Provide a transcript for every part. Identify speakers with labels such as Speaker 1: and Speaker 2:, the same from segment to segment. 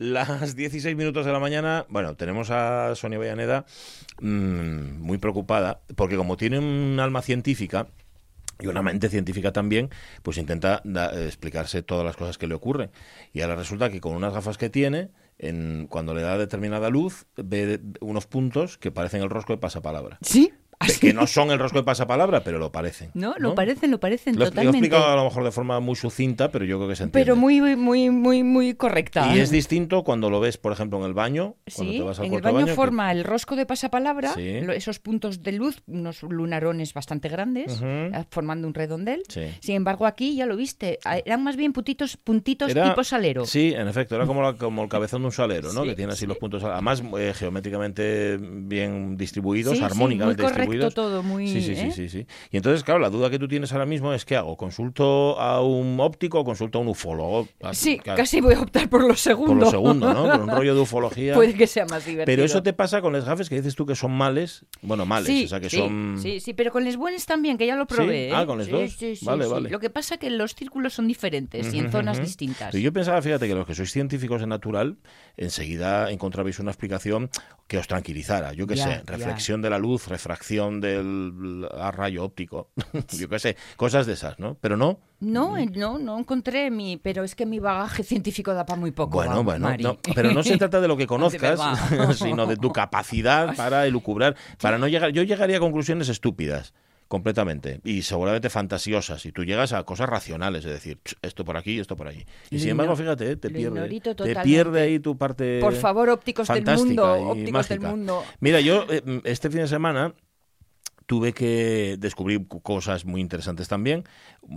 Speaker 1: las 16 minutos de la mañana, bueno, tenemos a Sonia Vallaneda mmm, muy preocupada, porque como tiene un alma científica y una mente científica también, pues intenta da- explicarse todas las cosas que le ocurren. Y ahora resulta que con unas gafas que tiene, en, cuando le da determinada luz, ve de- unos puntos que parecen el rosco de pasapalabra.
Speaker 2: ¿Ah, Sí,
Speaker 1: De
Speaker 2: así.
Speaker 1: que no son el rosco de pasapalabra, pero lo parecen.
Speaker 2: No, lo parecen, lo parecen
Speaker 1: Lo he- lo he
Speaker 2: totalmente.
Speaker 1: explicado a lo mejor de forma muy sucinta, pero yo creo que se entiende.
Speaker 2: Pero muy, muy, muy, muy correcta. ¿eh?
Speaker 1: Y es distinto cuando lo ves, por ejemplo, en el baño, cuando
Speaker 2: Sí,
Speaker 1: te vas al
Speaker 2: en el
Speaker 1: cuarto de baño,
Speaker 2: baño,
Speaker 1: que-
Speaker 2: forma el rosco de pasapalabra,
Speaker 1: Sí.
Speaker 2: lo- esos puntos de luz, unos lunarones bastante grandes,
Speaker 1: Ujú.
Speaker 2: eh, formando un redondel.
Speaker 1: Sí.
Speaker 2: Sin embargo, aquí ya lo viste, a- eran más bien putitos, puntitos
Speaker 1: Era-
Speaker 2: tipo salero.
Speaker 1: Sí, en efecto, era como, la- como el cabezón de un salero, ¿no?
Speaker 2: Sí,
Speaker 1: que tiene así
Speaker 2: sí.
Speaker 1: los puntos, además eh, geométricamente bien distribuidos,
Speaker 2: Sí, sí,
Speaker 1: armónicamente
Speaker 2: muy correcto
Speaker 1: distribuidos.
Speaker 2: todo, muy,
Speaker 1: Sí, sí, sí,
Speaker 2: ¿eh?
Speaker 1: sí, sí. Y entonces, claro, la duda que tú tienes ahora mismo es ¿qué hago? ¿Consulto a un óptico o consulto a un ufólogo? Ah,
Speaker 2: Sí,
Speaker 1: claro,
Speaker 2: casi voy a optar por lo segundo.
Speaker 1: Por lo segundo, ¿no? Por un rollo de ufología.
Speaker 2: Puede que sea más divertido.
Speaker 1: Pero eso te pasa con las gafas que dices tú que son males, bueno, males,
Speaker 2: Sí,
Speaker 1: o sea, que
Speaker 2: sí,
Speaker 1: son...
Speaker 2: sí, sí, pero con les buenas también, que ya lo
Speaker 1: ¿Sí?
Speaker 2: probé. ¿eh?
Speaker 1: Ah, ¿con les
Speaker 2: Sí,
Speaker 1: dos?
Speaker 2: sí, sí,
Speaker 1: Vale,
Speaker 2: sí.
Speaker 1: vale.
Speaker 2: Lo que pasa que los círculos son diferentes y en zonas distintas.
Speaker 1: Y yo pensaba, fíjate, que los que sois científicos en natural, enseguida encontrabais una explicación que os tranquilizara. Yo qué
Speaker 2: Ya,
Speaker 1: sé,
Speaker 2: ya.
Speaker 1: reflexión de la luz, refracción del a rayo óptico, yo qué sé, cosas de esas, ¿no? Pero no.
Speaker 2: No, eh, no, no encontré mi, pero es que mi bagaje científico da para muy poco.
Speaker 1: Bueno,
Speaker 2: vamos,
Speaker 1: bueno,
Speaker 2: Mari.
Speaker 1: no, pero no se trata de lo que conozcas,
Speaker 2: verdad.
Speaker 1: sino de tu capacidad para elucubrar, para no llegar, yo llegaría a conclusiones estúpidas, completamente, y seguramente fantasiosas, y tú llegas a cosas racionales, es decir, "Ch, esto por aquí, esto por allí. Y
Speaker 2: Lo
Speaker 1: sin embargo,
Speaker 2: igno-
Speaker 1: fíjate, eh, te
Speaker 2: lo
Speaker 1: pierde,
Speaker 2: ignorito
Speaker 1: te
Speaker 2: totalmente.
Speaker 1: pierde ahí tu parte
Speaker 2: Por favor, ópticos del
Speaker 1: Eh, fantástica
Speaker 2: mundo,
Speaker 1: y
Speaker 2: ópticos
Speaker 1: mágica.
Speaker 2: del mundo.
Speaker 1: Mira, yo eh, mm, este fin de semana tuve que descubrir cu- cosas muy interesantes también.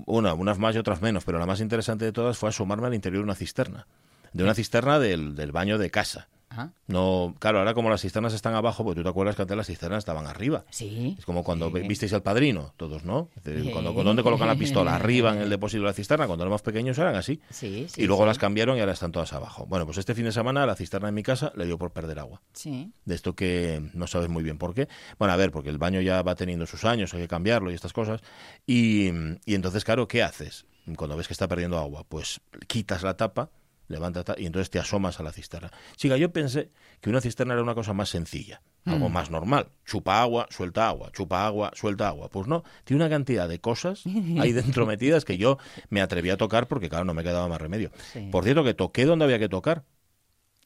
Speaker 1: Una, unas más y otras menos, pero la más interesante de todas fue asomarme al interior de una cisterna. De una cisterna del, del baño de casa.
Speaker 2: Ah,
Speaker 1: No, claro, ahora como las cisternas están abajo, pues tú te acuerdas que antes las cisternas estaban arriba.
Speaker 2: sí.
Speaker 1: Es como cuando
Speaker 2: Sí.
Speaker 1: vi- visteis al padrino, todos, ¿no? Es decir,
Speaker 2: Sí.
Speaker 1: Cuando, ¿con ¿Dónde colocan la pistola? Arriba en el depósito de la cisterna. Cuando éramos pequeños eran así.
Speaker 2: Sí, sí,
Speaker 1: y luego
Speaker 2: sí.
Speaker 1: las cambiaron y ahora están todas abajo. Bueno, pues este fin de semana la cisterna en mi casa le dio por perder agua
Speaker 2: Sí.
Speaker 1: de esto que no sabes muy bien por qué. Bueno, a ver, porque el baño ya va teniendo sus años, hay que cambiarlo y estas cosas. Y, y entonces, claro, ¿qué haces cuando ves que está perdiendo agua? Pues quitas la tapa, levantas ta- y entonces te asomas a la cisterna. Chica, yo pensé que una cisterna era una cosa más sencilla, algo
Speaker 2: Mm.
Speaker 1: más normal. Chupa agua, suelta agua, chupa agua, suelta agua. Pues no, tiene una cantidad de cosas ahí dentro metidas que yo me atreví a tocar porque, claro, no me quedaba más remedio.
Speaker 2: Sí.
Speaker 1: Por cierto, que toqué donde había que tocar.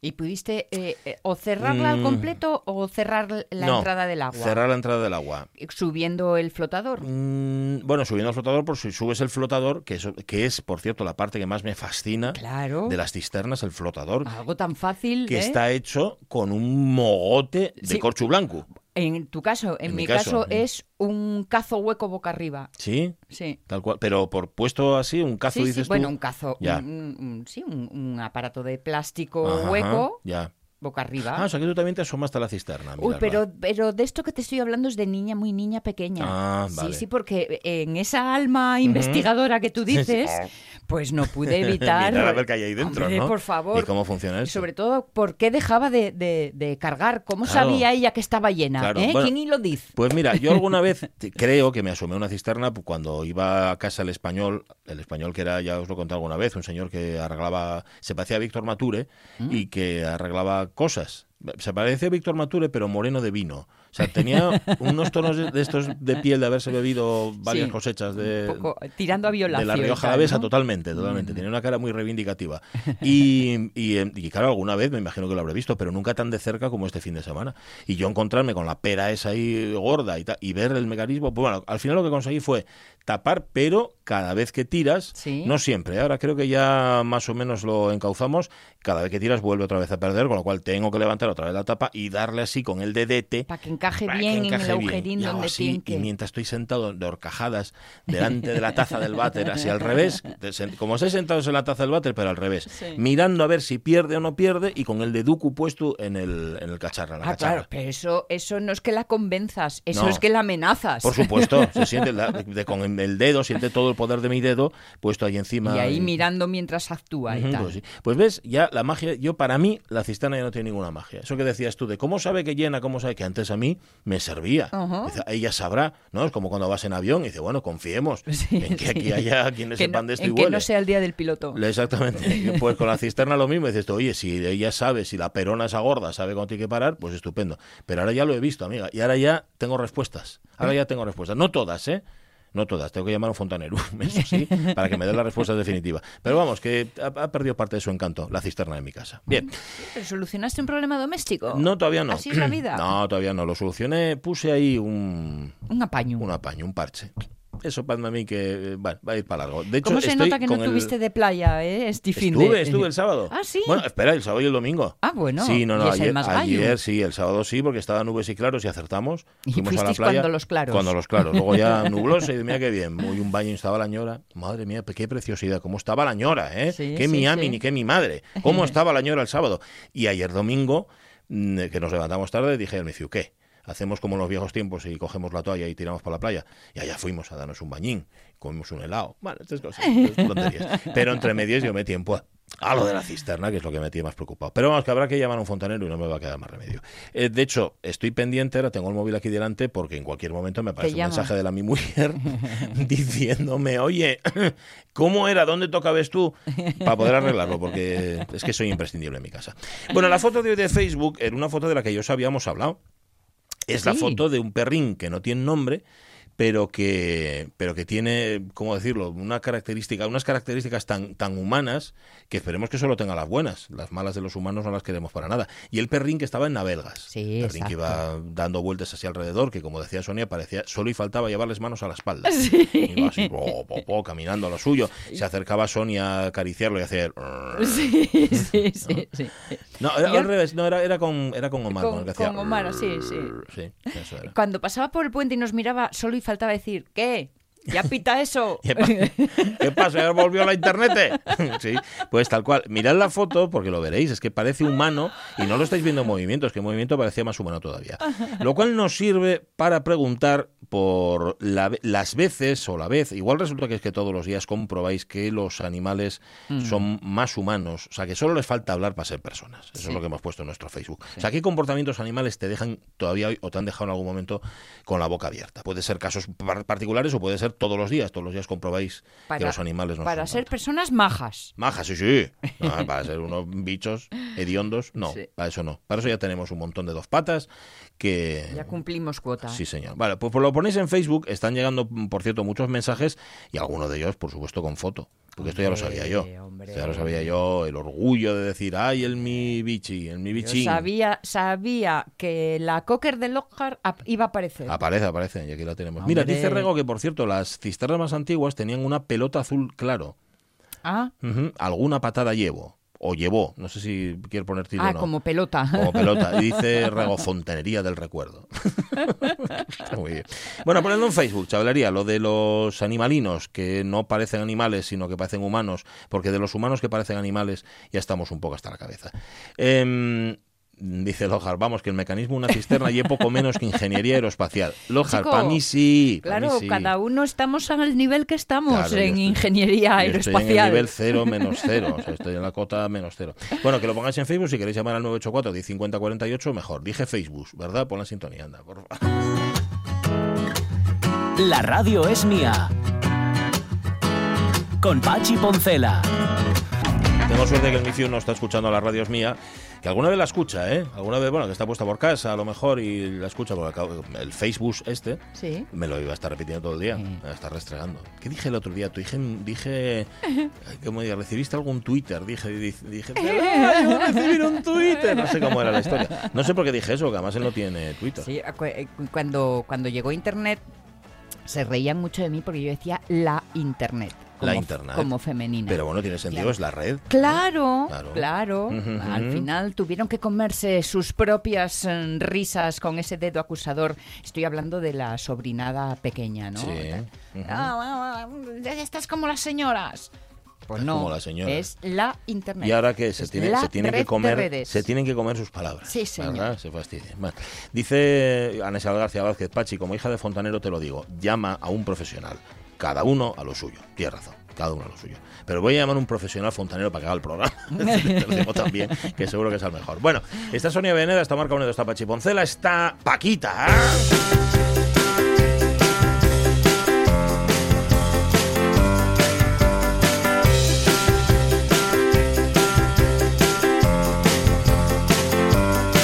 Speaker 2: ¿Y pudiste eh, eh, o cerrarla al
Speaker 1: Mm.
Speaker 2: completo o cerrar la
Speaker 1: No,
Speaker 2: entrada del agua?
Speaker 1: Cerrar la entrada del agua.
Speaker 2: Subiendo el flotador.
Speaker 1: Mm, bueno, subiendo al flotador, por si subes el flotador, que es, que es, por cierto, la parte que más me fascina
Speaker 2: Claro.
Speaker 1: de las cisternas, el flotador,
Speaker 2: Algo tan fácil.
Speaker 1: que
Speaker 2: ¿eh?
Speaker 1: está hecho con un mogote de
Speaker 2: Sí.
Speaker 1: corcho blanco.
Speaker 2: En tu caso, en,
Speaker 1: En
Speaker 2: mi,
Speaker 1: mi
Speaker 2: caso,
Speaker 1: caso, sí.
Speaker 2: es un cazo hueco boca arriba.
Speaker 1: Sí,
Speaker 2: Sí.
Speaker 1: tal cual. Pero por puesto así, un cazo,
Speaker 2: Sí, sí,
Speaker 1: dices tú.
Speaker 2: bueno, un cazo,
Speaker 1: Ya.
Speaker 2: un, un- sí, un, un aparato de plástico
Speaker 1: Ajá,
Speaker 2: hueco,
Speaker 1: Ya.
Speaker 2: boca arriba.
Speaker 1: Ah, o sea que tú también te asomaste a la cisterna. a
Speaker 2: Uy,
Speaker 1: mirarla.
Speaker 2: pero, pero de esto que te estoy hablando es de niña, muy niña pequeña.
Speaker 1: Ah, vale.
Speaker 2: Sí, sí, porque eh, en esa alma investigadora que tú dices, pues no pude evitar.
Speaker 1: Ah. Mirar a ver qué hay ahí dentro,
Speaker 2: Hombre,
Speaker 1: ¿no?
Speaker 2: por favor.
Speaker 1: ¿Y cómo funciona
Speaker 2: Y
Speaker 1: eso?
Speaker 2: Sobre todo, ¿por qué dejaba de, de- de cargar? ¿Cómo
Speaker 1: Claro.
Speaker 2: sabía ella que estaba llena?
Speaker 1: Claro,
Speaker 2: ¿eh?
Speaker 1: bueno.
Speaker 2: ¿Quién ni lo dice?
Speaker 1: Pues mira, yo alguna vez te- creo que me asomé a una cisterna pu- cuando iba a casa el español, el español que era, ya os lo he contado alguna vez, un señor que arreglaba, se parecía a Víctor Mature
Speaker 2: Mm.
Speaker 1: y que arreglaba cosas. Se parecía a Víctor Mature, pero moreno de vino. O sea, tenía unos tonos de, de estos de piel de haberse bebido varias
Speaker 2: Sí,
Speaker 1: cosechas de,
Speaker 2: Un poco, eh, tirando a
Speaker 1: de
Speaker 2: violación.
Speaker 1: la
Speaker 2: y
Speaker 1: Rioja
Speaker 2: tal,
Speaker 1: Alavesa,
Speaker 2: ¿no? Mm.
Speaker 1: totalmente, totalmente. Tenía una cara muy reivindicativa. Y, y, eh, y, claro, alguna vez me imagino que lo habré visto, pero nunca tan de cerca como este fin de semana. Y yo encontrarme con la pera esa ahí gorda y, ta- y ver el mecanismo. Pues bueno, al final lo que conseguí fue tapar, pero cada vez que tiras,
Speaker 2: Sí.
Speaker 1: no siempre. ¿eh? Ahora creo que ya más o menos lo encauzamos. Cada vez que tiras vuelve otra vez a perder, con lo cual tengo que levantar otra vez la tapa y darle así con el dedete
Speaker 2: Para que encaje
Speaker 1: para que
Speaker 2: bien en el
Speaker 1: encaje bien.
Speaker 2: agujerín
Speaker 1: Y hago
Speaker 2: donde
Speaker 1: así,
Speaker 2: tiene
Speaker 1: Y
Speaker 2: que.
Speaker 1: mientras estoy sentado de horcajadas delante de la taza del váter, así al revés, de sen- como estáis sentados en la taza del váter, pero al revés,
Speaker 2: Sí.
Speaker 1: mirando a ver si pierde o no pierde y con el deducu puesto en el, en el cacharro, en la
Speaker 2: Ah,
Speaker 1: cacharra.
Speaker 2: claro, pero eso, eso no es que la convenzas, eso
Speaker 1: No.
Speaker 2: es que la amenazas.
Speaker 1: Por supuesto, se siente la- de- con el dedo, siente todo el poder de mi dedo puesto ahí encima.
Speaker 2: Y ahí mirando mientras actúa y
Speaker 1: Ujú,
Speaker 2: tal.
Speaker 1: Pues, sí. Pues ves, ya la magia, yo para mí la cisterna ya no tiene ninguna magia. Eso que decías tú de cómo sabe que llena, cómo sabe que antes a mí mí me servía.
Speaker 2: Ajá.
Speaker 1: Dice, "Ah, ella sabrá, ¿no? Es como cuando vas en avión y dice, bueno, confiemos
Speaker 2: Sí,
Speaker 1: en que
Speaker 2: sí.
Speaker 1: aquí haya quienes
Speaker 2: Que
Speaker 1: sepan
Speaker 2: no-
Speaker 1: de esto
Speaker 2: en
Speaker 1: y
Speaker 2: que
Speaker 1: huele.
Speaker 2: no sea el día del piloto.
Speaker 1: Exactamente. Pues con la cisterna lo mismo. Dices tú, oye, si ella sabe, si la perona esa gorda sabe cuándo tiene que parar, pues estupendo. Pero ahora ya lo he visto, amiga. Y ahora ya tengo respuestas. Ahora ya tengo respuestas. No todas, ¿eh? No todas. Tengo que llamar a un fontanero, eso sí, para que me dé la respuesta definitiva. Pero vamos, que ha, ha perdido parte de su encanto, la cisterna de mi casa. Bien.
Speaker 2: ¿Pero solucionaste un problema doméstico?
Speaker 1: No, todavía no.
Speaker 2: Así es la vida.
Speaker 1: No, todavía no. Lo solucioné. Puse ahí un,
Speaker 2: Un apaño.
Speaker 1: un apaño, un parche. Eso para mí que eh, bueno, va a ir para largo. De hecho,
Speaker 2: ¿Cómo se
Speaker 1: estoy
Speaker 2: nota que no
Speaker 1: con el-
Speaker 2: tuviste de playa, eh? Este fin de-
Speaker 1: Estuve, estuve el sábado.
Speaker 2: Ah, sí.
Speaker 1: Bueno, espera, el sábado y el domingo.
Speaker 2: Ah, bueno.
Speaker 1: Sí, no, no,
Speaker 2: Y es el
Speaker 1: ayer,
Speaker 2: más gallo.
Speaker 1: ayer sí, el sábado sí, porque estaba nubes y claros y acertamos.
Speaker 2: Y
Speaker 1: Fuimos a la
Speaker 2: fuisteis
Speaker 1: playa.
Speaker 2: cuando los claros.
Speaker 1: Cuando los claros. Luego ya nubloso y mira qué bien. Muy un baño estaba la ñora. Madre mía, qué preciosidad. ¿Cómo estaba la ñora, eh?
Speaker 2: Sí,
Speaker 1: qué
Speaker 2: sí,
Speaker 1: Miami
Speaker 2: sí.
Speaker 1: ni qué mi madre. ¿Cómo estaba la ñora el sábado? Y ayer domingo, mm, que nos levantamos tarde, dije al Miciu, ¿qué? Hacemos como en los viejos tiempos y cogemos la toalla y tiramos para la playa. Y allá fuimos a darnos un bañín, comimos un helado. Bueno, estas cosas, estas tonterías. Pero entre medias yo me tiempo a, a lo de la cisterna, que es lo que me tiene más preocupado. Pero vamos, que habrá que llamar a un fontanero y no me va a quedar más remedio. Eh, de hecho, estoy pendiente, ahora tengo el móvil aquí delante, porque en cualquier momento me aparece un
Speaker 2: llama.
Speaker 1: mensaje de la mi mujer diciéndome, oye, ¿cómo era? ¿Dónde tocabas tú? Para poder arreglarlo, porque es que soy imprescindible en mi casa. Bueno, la foto de hoy de Facebook era una foto de la que ya os habíamos hablado. Es la
Speaker 2: Sí.
Speaker 1: foto de un perrín que no tiene nombre, pero que, pero que tiene, ¿cómo decirlo?, una característica, unas características tan, tan humanas que esperemos que solo tenga las buenas. Las malas de los humanos no las queremos para nada. Y el perrín que estaba en Nabelgas.
Speaker 2: Sí,
Speaker 1: el perrín que iba dando vueltas hacia alrededor, que como decía Sonia, parecía solo y faltaba llevarles manos a la espalda. Iba así, po, po, po, caminando a lo suyo. Se acercaba a Sonia a acariciarlo y hacer...
Speaker 2: Sí, sí, sí, sí.
Speaker 1: No, era
Speaker 2: Y
Speaker 1: al
Speaker 2: yo-
Speaker 1: revés, no, era, era con, era con Omar.
Speaker 2: Con-
Speaker 1: el que hacía
Speaker 2: con Omar, sí, sí.
Speaker 1: Sí, eso era.
Speaker 2: Cuando pasaba por el puente y nos miraba, solo y faltaba decir, ¿qué? ¿Ya pita eso?
Speaker 1: ¿Qué pa- ¿Qué pasa? ¿Ya volvió la internet? Sí, pues tal cual. Mirad la foto porque lo veréis, es que parece humano y no lo estáis viendo en movimiento, es que en movimiento parecía más humano todavía. Lo cual nos sirve para preguntar por la ve- las veces o la vez, igual resulta que es que todos los días comprobáis que los animales
Speaker 2: Mm.
Speaker 1: son más humanos, o sea que solo les falta hablar para ser personas. Eso es
Speaker 2: Sí.
Speaker 1: lo que hemos puesto en nuestro Facebook. O sea, ¿qué comportamientos animales te dejan todavía hoy o te han dejado en algún momento con la boca abierta? Puede ser casos par- particulares o puede ser todos los días. Todos los días comprobáis que los animales no
Speaker 2: para
Speaker 1: son
Speaker 2: ser
Speaker 1: tanto.
Speaker 2: personas majas.
Speaker 1: Majas, sí, sí. No, para ser unos bichos hediondos, no,
Speaker 2: Sí.
Speaker 1: para eso no. Para eso ya tenemos un montón de dos patas que...
Speaker 2: Ya cumplimos cuota.
Speaker 1: Sí, señor. Vale, pues lo ponéis en Facebook. Están llegando, por cierto, muchos mensajes y algunos de ellos, por supuesto, con foto. Porque esto ya lo
Speaker 2: Hombre,
Speaker 1: sabía yo.
Speaker 2: hombre.
Speaker 1: Esto ya lo sabía yo. El orgullo de decir, ay, el mi bichi, el mi
Speaker 2: Yo
Speaker 1: bichín.
Speaker 2: sabía, sabía que la cocker de Lockhart ap- iba a aparecer.
Speaker 1: Aparece, aparece, y aquí la tenemos. Mira,
Speaker 2: Hombre.
Speaker 1: dice Rego que, por cierto, las cisternas más antiguas tenían una pelota azul claro.
Speaker 2: ah,
Speaker 1: Ujú, Alguna patada llevo, o llevó, no sé si quiere poner tiro
Speaker 2: ah,
Speaker 1: o no.
Speaker 2: como pelota.
Speaker 1: Como pelota. Y dice Rego, fontanería del recuerdo. Está muy bien. Bueno, ponedlo en Facebook, chavalería, lo de los animalinos que no parecen animales, sino que parecen humanos, porque de los humanos que parecen animales ya estamos un poco hasta la cabeza. Em, dice Lojar, vamos, que el mecanismo de una cisterna lleve poco menos que ingeniería aeroespacial. Lojar,
Speaker 2: Chico,
Speaker 1: para mí sí. pa' mí
Speaker 2: Claro,
Speaker 1: sí.
Speaker 2: cada uno estamos al nivel que estamos
Speaker 1: Claro, yo
Speaker 2: en
Speaker 1: estoy-
Speaker 2: ingeniería
Speaker 1: Yo
Speaker 2: aeroespacial.
Speaker 1: Estoy en el nivel 0 menos 0. O sea, estoy en la cota menos 0. Bueno, que lo pongáis en Facebook. Si queréis llamar al 984-1050-48, mejor. Dije Facebook, ¿verdad? Pon la sintonía, anda, por favor.
Speaker 3: La radio es mía. Con Pachi Poncela.
Speaker 1: Tengo suerte que el Miciu no está escuchando la radio es mía. Que alguna vez la escucha, ¿eh? Alguna vez, bueno, que está puesta por casa, a lo mejor, y la escucha porque acabo- el Facebook este.
Speaker 2: Sí.
Speaker 1: Me lo iba a estar repitiendo todo el día,
Speaker 2: Sí.
Speaker 1: me va a estar restregando. ¿Qué dije el otro día? Tú dije, dije ¿cómo dije? ¿Recibiste algún Twitter? Dije, dije, dije, "Ah, yo recibí un Twitter. No sé cómo era la historia. No sé por qué dije eso, que además él no tiene Twitter.
Speaker 2: Sí, acu- eh, cu- cuando, cuando llegó Internet se reían mucho de mí porque yo decía la Internet. Como,
Speaker 1: La Internet.
Speaker 2: Como femenina.
Speaker 1: Pero bueno, tiene sentido,
Speaker 2: Claro.
Speaker 1: es la red.
Speaker 2: Claro,
Speaker 1: Claro.
Speaker 2: claro.
Speaker 1: Ujú, ujú.
Speaker 2: Al final tuvieron que comerse sus propias eh, risas con ese dedo acusador. Estoy hablando de la sobrinada pequeña, ¿no?
Speaker 1: Sí.
Speaker 2: Tal.
Speaker 1: Ujú.
Speaker 2: Ah, ah, ah, estás como las señoras.
Speaker 1: Estás
Speaker 2: Pues no.
Speaker 1: como las señoras.
Speaker 2: Es la internet.
Speaker 1: Y ahora que se,
Speaker 2: Es
Speaker 1: tiene,
Speaker 2: la
Speaker 1: se tienen
Speaker 2: red
Speaker 1: que
Speaker 2: de
Speaker 1: comer
Speaker 2: redes.
Speaker 1: se tienen que comer sus palabras.
Speaker 2: Sí, señor.
Speaker 1: ¿verdad? Se fastidia. Bueno, dice Anesal García Vázquez Pachi, como hija de fontanero te lo digo, llama a un profesional. Cada uno a lo suyo. Tienes razón. cada uno lo suyo. Pero voy a llamar a un profesional fontanero para que haga el programa. Lo digo también, que seguro que es el mejor. Bueno, está Sonia Veneda, está Marca Unedo, está Pachi Poncela, está Paquita. ¿eh?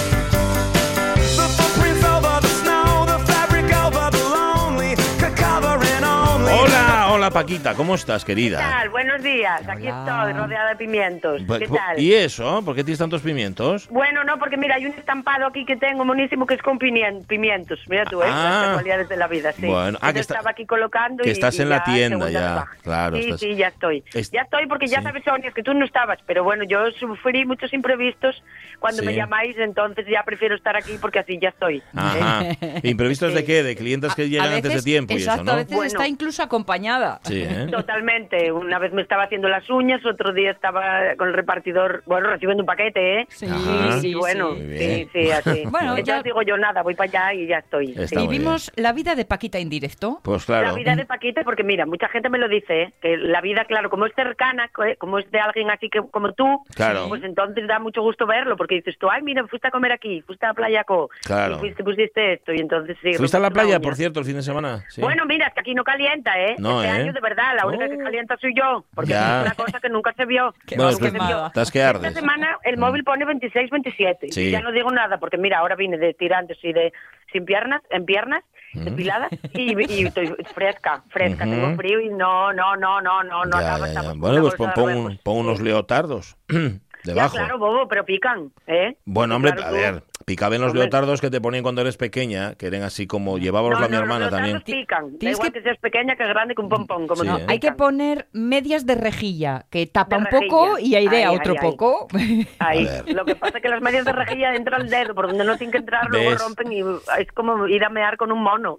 Speaker 4: The footprints over the snow, the fabric over the lonely, could cover and only.
Speaker 1: Hola, hola Paquita, ¿cómo estás,
Speaker 5: ¿Qué
Speaker 1: querida?
Speaker 5: tal? Buenos días. Aquí
Speaker 2: Hola.
Speaker 5: estoy, rodeada de pimientos.
Speaker 1: Bu-
Speaker 5: ¿Qué
Speaker 1: bu-
Speaker 5: tal?
Speaker 1: Pues, ¿Y eso? ¿Por qué tienes tantos pimientos?
Speaker 5: Bueno, no, porque mira, hay un estampado aquí que tengo buenísimo que es con pinien- pimientos. Mira tú, ¿eh?
Speaker 1: Ah.
Speaker 5: Las casualidades de la vida, sí.
Speaker 1: Bueno, ah,
Speaker 5: Yo
Speaker 1: que está-
Speaker 5: estaba aquí colocando
Speaker 1: que
Speaker 5: y-
Speaker 1: estás
Speaker 5: y
Speaker 1: en la
Speaker 5: ya
Speaker 1: tienda
Speaker 5: segunda
Speaker 1: ya,
Speaker 5: rebaja.
Speaker 1: claro,
Speaker 5: Sí,
Speaker 1: estás-
Speaker 5: sí, ya estoy.
Speaker 1: Es-
Speaker 5: Ya estoy porque ya
Speaker 1: sí.
Speaker 5: sabes, Sonia, que tú no estabas, pero bueno, yo sufrí muchos imprevistos cuando
Speaker 1: Sí.
Speaker 5: me llamáis, entonces ya prefiero estar aquí porque así ya estoy.
Speaker 1: Ajá. ¿Imprevistos de qué? De clientes que llegan
Speaker 2: A
Speaker 1: antes de
Speaker 2: veces-
Speaker 1: tiempo y
Speaker 2: exacto,
Speaker 1: eso, ¿no?
Speaker 2: a veces
Speaker 5: Bueno.
Speaker 2: está incluso acompañada.
Speaker 1: Sí, ¿eh?
Speaker 5: Totalmente. Una vez me estaba haciendo las uñas, otro día estaba con el repartidor, bueno, recibiendo un paquete, ¿eh?
Speaker 2: Sí,
Speaker 1: Ajá.
Speaker 5: Y
Speaker 2: sí,
Speaker 5: bueno,
Speaker 1: Muy
Speaker 2: sí.
Speaker 1: bien.
Speaker 5: sí, sí, así.
Speaker 2: Bueno,
Speaker 5: Entonces
Speaker 2: ya-
Speaker 5: digo yo nada, voy para allá y ya estoy.
Speaker 1: Está
Speaker 5: sí.
Speaker 1: muy
Speaker 2: Vivimos la vida de Paquita en directo.
Speaker 1: Pues claro.
Speaker 5: La vida de Paquita, porque mira, mucha gente me lo dice, ¿eh? que la vida, claro, como es cercana, co- eh, como es de alguien así que como tú,
Speaker 1: mm, Claro.
Speaker 5: pues entonces da mucho gusto verlo, porque dices tú, ay, mira, fuiste a comer aquí, fuiste a la playa co,
Speaker 1: Claro.
Speaker 5: y fuiste, pusiste esto, y entonces sí.
Speaker 1: ¿Fuiste a la
Speaker 5: rompiste
Speaker 1: playa,
Speaker 5: uña.
Speaker 1: por cierto, el fin de semana? Sí.
Speaker 5: eh, Bueno, mira, es que aquí no calienta, ¿eh?
Speaker 1: No,
Speaker 5: este
Speaker 1: ¿eh?
Speaker 5: año, de verdad, la única
Speaker 1: Oh.
Speaker 5: que calienta soy yo, porque
Speaker 1: Ya.
Speaker 5: es una cosa que nunca se vio.
Speaker 2: Qué
Speaker 1: Bueno, pues,
Speaker 2: más
Speaker 5: Nunca
Speaker 1: tú-
Speaker 5: se vio.
Speaker 2: quemada.
Speaker 1: estás que ardes.
Speaker 5: Esta semana el móvil pone 26, 27.
Speaker 1: Mm. Sí.
Speaker 5: Y ya no digo nada, porque mira, ahora vine de tirantes y de sin piernas, en piernas, depiladas, y, y estoy fresca, fresca.
Speaker 1: Mm. Ujú.
Speaker 5: Tengo frío y no, no, no, no, no, no.
Speaker 1: Ya,
Speaker 5: acabo
Speaker 1: ya,
Speaker 5: esta-
Speaker 1: ya.
Speaker 5: una
Speaker 1: Bueno, pues pon,
Speaker 5: bolsa de
Speaker 1: pon un-
Speaker 5: huevos.
Speaker 1: pon unos leotardos debajo.
Speaker 5: Ya, claro, bobo, pero pican, ¿eh?
Speaker 1: Bueno, hombre,
Speaker 5: Claro,
Speaker 1: a
Speaker 5: tú.
Speaker 1: ver, picaban los
Speaker 5: Hombre.
Speaker 1: leotardos que te ponían cuando eres pequeña, que eran así como
Speaker 5: No,
Speaker 1: llevábamos
Speaker 5: no,
Speaker 1: a mi
Speaker 5: los
Speaker 1: hermana
Speaker 5: leotardos
Speaker 1: también.
Speaker 5: pican. Da
Speaker 2: Tienes
Speaker 5: igual
Speaker 2: que-
Speaker 5: que... seas pequeña que grande que un pompón, como
Speaker 1: Sí,
Speaker 5: no.
Speaker 1: ¿eh?
Speaker 2: Hay que
Speaker 5: pican.
Speaker 2: poner medias de rejilla, que tapa
Speaker 5: De
Speaker 2: un poco
Speaker 5: rejilla.
Speaker 2: y airea
Speaker 5: Ahí,
Speaker 2: otro
Speaker 5: ahí, ahí.
Speaker 2: poco.
Speaker 5: Ahí.
Speaker 1: A ver.
Speaker 5: Lo que pasa es que las medias de rejilla entra el dedo, por donde no tiene que entrar, luego
Speaker 1: ¿Ves?
Speaker 5: rompen y es como ir a mear con un mono.